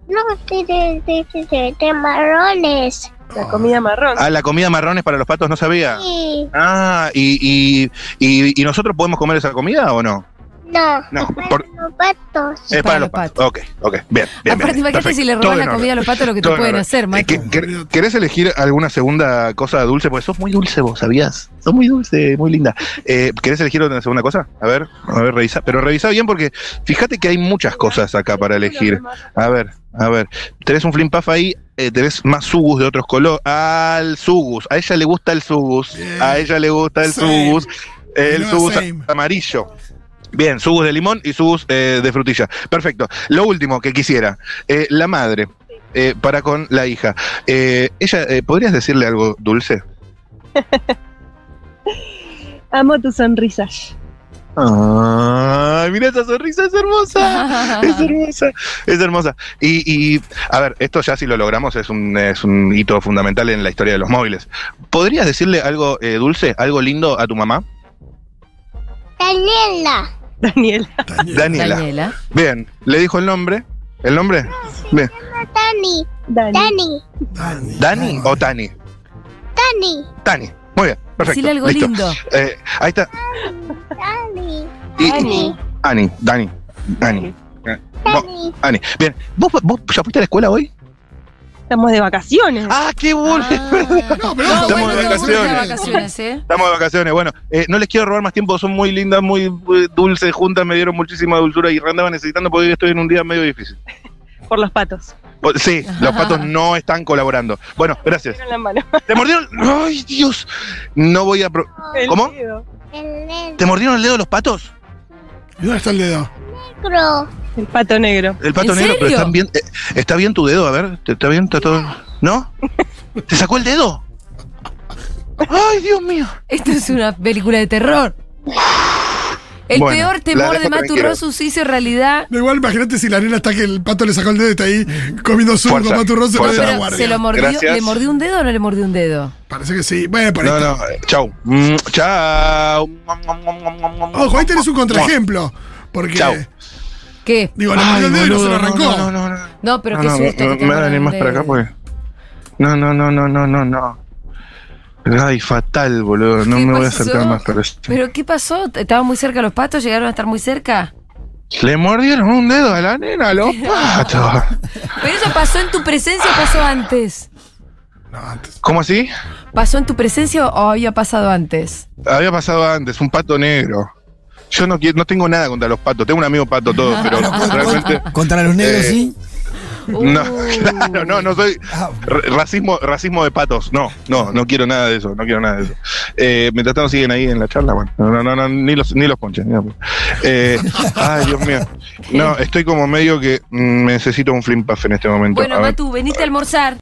[SPEAKER 7] No, de, de, de, de, de, de marrones.
[SPEAKER 12] La comida marrón.
[SPEAKER 3] Ah, la comida marrones para los patos no sabía.
[SPEAKER 7] Sí.
[SPEAKER 3] Ah, y, y, y- y nosotros podemos comer esa comida o no?
[SPEAKER 7] No.
[SPEAKER 3] No,
[SPEAKER 7] para
[SPEAKER 3] por-
[SPEAKER 7] los patos.
[SPEAKER 3] Es para, los patos. Ok, ok, bien. bien
[SPEAKER 1] Aparte,
[SPEAKER 3] bien,
[SPEAKER 1] imagínate si
[SPEAKER 3] perfecto.
[SPEAKER 1] le
[SPEAKER 3] Todo
[SPEAKER 1] roban
[SPEAKER 3] en
[SPEAKER 1] la
[SPEAKER 3] orden.
[SPEAKER 1] comida a los patos, lo que te
[SPEAKER 3] Todo en
[SPEAKER 1] pueden
[SPEAKER 3] orden.
[SPEAKER 1] hacer,
[SPEAKER 3] Eh,
[SPEAKER 1] Matu.
[SPEAKER 3] ¿qué- qué- ¿Querés elegir alguna segunda cosa dulce? Porque sos muy dulce vos, ¿sabías? Sos muy dulce, muy linda. Eh, ¿Querés elegir una segunda cosa? A ver, a ver, revisa. Pero revisa bien porque fíjate que hay muchas cosas acá para elegir. A ver, a ver. Tenés un flim puff ahí, eh, tenés más sugus de otros colores. Al sugus, a ella le gusta el sugus,
[SPEAKER 2] Bien.
[SPEAKER 3] a ella le gusta el
[SPEAKER 2] Same.
[SPEAKER 3] sugus, el
[SPEAKER 2] Nueva
[SPEAKER 3] sugus
[SPEAKER 2] same.
[SPEAKER 3] amarillo. Bien, sugus de limón y sugus eh, de frutilla. Perfecto. Lo último que quisiera, eh, la madre eh, para con la hija. Eh, ella, eh, ¿podrías decirle algo dulce?
[SPEAKER 12] Amo tu sonrisa.
[SPEAKER 3] Ay, mira esa sonrisa, es hermosa. Es hermosa. Es hermosa. Y, y, a ver, esto ya si lo logramos es un, es un hito fundamental en la historia de los móviles. ¿Podrías decirle algo eh, dulce, algo lindo a tu mamá?
[SPEAKER 13] Daniela.
[SPEAKER 12] Daniela.
[SPEAKER 3] Daniela. Bien, le dijo el nombre. ¿El nombre? Bien.
[SPEAKER 13] Dani. Dani. Dani.
[SPEAKER 3] ¿Dani
[SPEAKER 8] Ah,
[SPEAKER 3] o Tani?
[SPEAKER 13] Dani.
[SPEAKER 3] Tani. Muy bien, perfecto.
[SPEAKER 13] Decile algo
[SPEAKER 3] listo.
[SPEAKER 13] lindo.
[SPEAKER 3] Eh, ahí está.
[SPEAKER 13] Dani.
[SPEAKER 3] Y-
[SPEAKER 13] Dani.
[SPEAKER 3] Ani, Dani. Ani. Eh, no, Ani. Bien. ¿Vos, ¿Vos ya fuiste a la escuela hoy?
[SPEAKER 12] Estamos de vacaciones.
[SPEAKER 3] Ah, qué bueno.
[SPEAKER 13] Ah.
[SPEAKER 2] No,
[SPEAKER 3] pero
[SPEAKER 1] bueno,
[SPEAKER 3] estamos de
[SPEAKER 1] no, vos estás de
[SPEAKER 3] vacaciones.
[SPEAKER 1] vacaciones, ¿eh?
[SPEAKER 3] Estamos de vacaciones. Bueno, eh, no les quiero robar más tiempo. Son muy lindas, muy eh, dulces. Juntas me dieron muchísima dulzura y andaba necesitando porque hoy estoy en un día medio difícil.
[SPEAKER 12] Por los patos.
[SPEAKER 3] Pues, Sí, los patos no están colaborando. Bueno, gracias.
[SPEAKER 12] Con la mano.
[SPEAKER 3] ¿Te mordieron? ¡Ay, Dios! No voy a... pro-
[SPEAKER 12] El
[SPEAKER 3] ¿Cómo?
[SPEAKER 12] dedo.
[SPEAKER 3] ¿Te mordieron el dedo los patos?
[SPEAKER 2] ¿Y dónde está el dedo?
[SPEAKER 12] El pato negro.
[SPEAKER 3] El pato
[SPEAKER 12] ¿En
[SPEAKER 3] negro, pero
[SPEAKER 12] serio?
[SPEAKER 3] están bien, eh, está bien tu dedo, a ver, ¿te- está bien, está todo. ¿No? ¿Te sacó el dedo? ¡Ay, Dios mío!
[SPEAKER 1] Esto es una película de terror. El
[SPEAKER 2] Bueno,
[SPEAKER 1] peor
[SPEAKER 2] la
[SPEAKER 1] temor
[SPEAKER 2] dejo
[SPEAKER 1] de Matu
[SPEAKER 2] tranquila.
[SPEAKER 1] Rosu se hizo realidad.
[SPEAKER 2] Da igual, imagínate si la nena está que el pato le sacó el dedo y está ahí comiendo surco,
[SPEAKER 3] Fuerza,
[SPEAKER 2] pato rosa,
[SPEAKER 3] fuerza.
[SPEAKER 2] de la
[SPEAKER 3] Pero
[SPEAKER 2] guardia.
[SPEAKER 1] ¿Se lo mordió? ¿Le mordió un dedo o no le mordió un dedo?
[SPEAKER 2] Parece que sí. Bueno, por ahí
[SPEAKER 3] No,
[SPEAKER 2] está.
[SPEAKER 3] no, eh, chau. Mm, Chau.
[SPEAKER 2] Ojo, ahí tenés Oh, un contraejemplo. Porque.
[SPEAKER 3] Chau.
[SPEAKER 1] ¿Qué?
[SPEAKER 2] Digo, le
[SPEAKER 3] Ay,
[SPEAKER 2] mordió el dedo y no se lo
[SPEAKER 3] boludo,
[SPEAKER 2] arrancó.
[SPEAKER 3] no, no,
[SPEAKER 1] No, pero
[SPEAKER 3] No,
[SPEAKER 1] qué
[SPEAKER 3] no,
[SPEAKER 1] susto.
[SPEAKER 3] no,
[SPEAKER 1] que te
[SPEAKER 3] me van a
[SPEAKER 1] mordió
[SPEAKER 3] venir
[SPEAKER 1] un
[SPEAKER 3] más para
[SPEAKER 1] dedo.
[SPEAKER 3] acá porque. No, no, no, no, no, no, no, no. Ay, fatal, boludo. No
[SPEAKER 1] ¿Qué
[SPEAKER 3] me voy a
[SPEAKER 1] pasó?
[SPEAKER 3] acercar más para esto.
[SPEAKER 1] ¿Pero qué pasó? ¿Estaban muy cerca los patos? ¿Llegaron a estar muy cerca?
[SPEAKER 3] Le mordieron un dedo a la nena, los patos.
[SPEAKER 1] ¿Pero eso pasó en tu presencia o pasó antes?
[SPEAKER 3] ¿Cómo así?
[SPEAKER 1] ¿Pasó en tu presencia o había pasado antes?
[SPEAKER 3] Había pasado antes, un pato negro. Yo no quiero, no tengo nada contra los patos, tengo un amigo pato todo, pero realmente.
[SPEAKER 8] ah, Contra los negros,
[SPEAKER 3] Eh,
[SPEAKER 8] sí.
[SPEAKER 3] No, claro, no, no soy ra- racismo, racismo de patos. No, no, no quiero nada de eso, no quiero nada de eso. Eh, mientras tanto siguen ahí en la charla, bueno, no, no, no, no, ni los, ni los ponches. ni los ponches. Eh, ay, Dios mío. No, estoy como medio que mm, necesito un flimpaf en este momento.
[SPEAKER 1] Bueno,
[SPEAKER 3] A ver.
[SPEAKER 1] Matu, veniste a almorzar.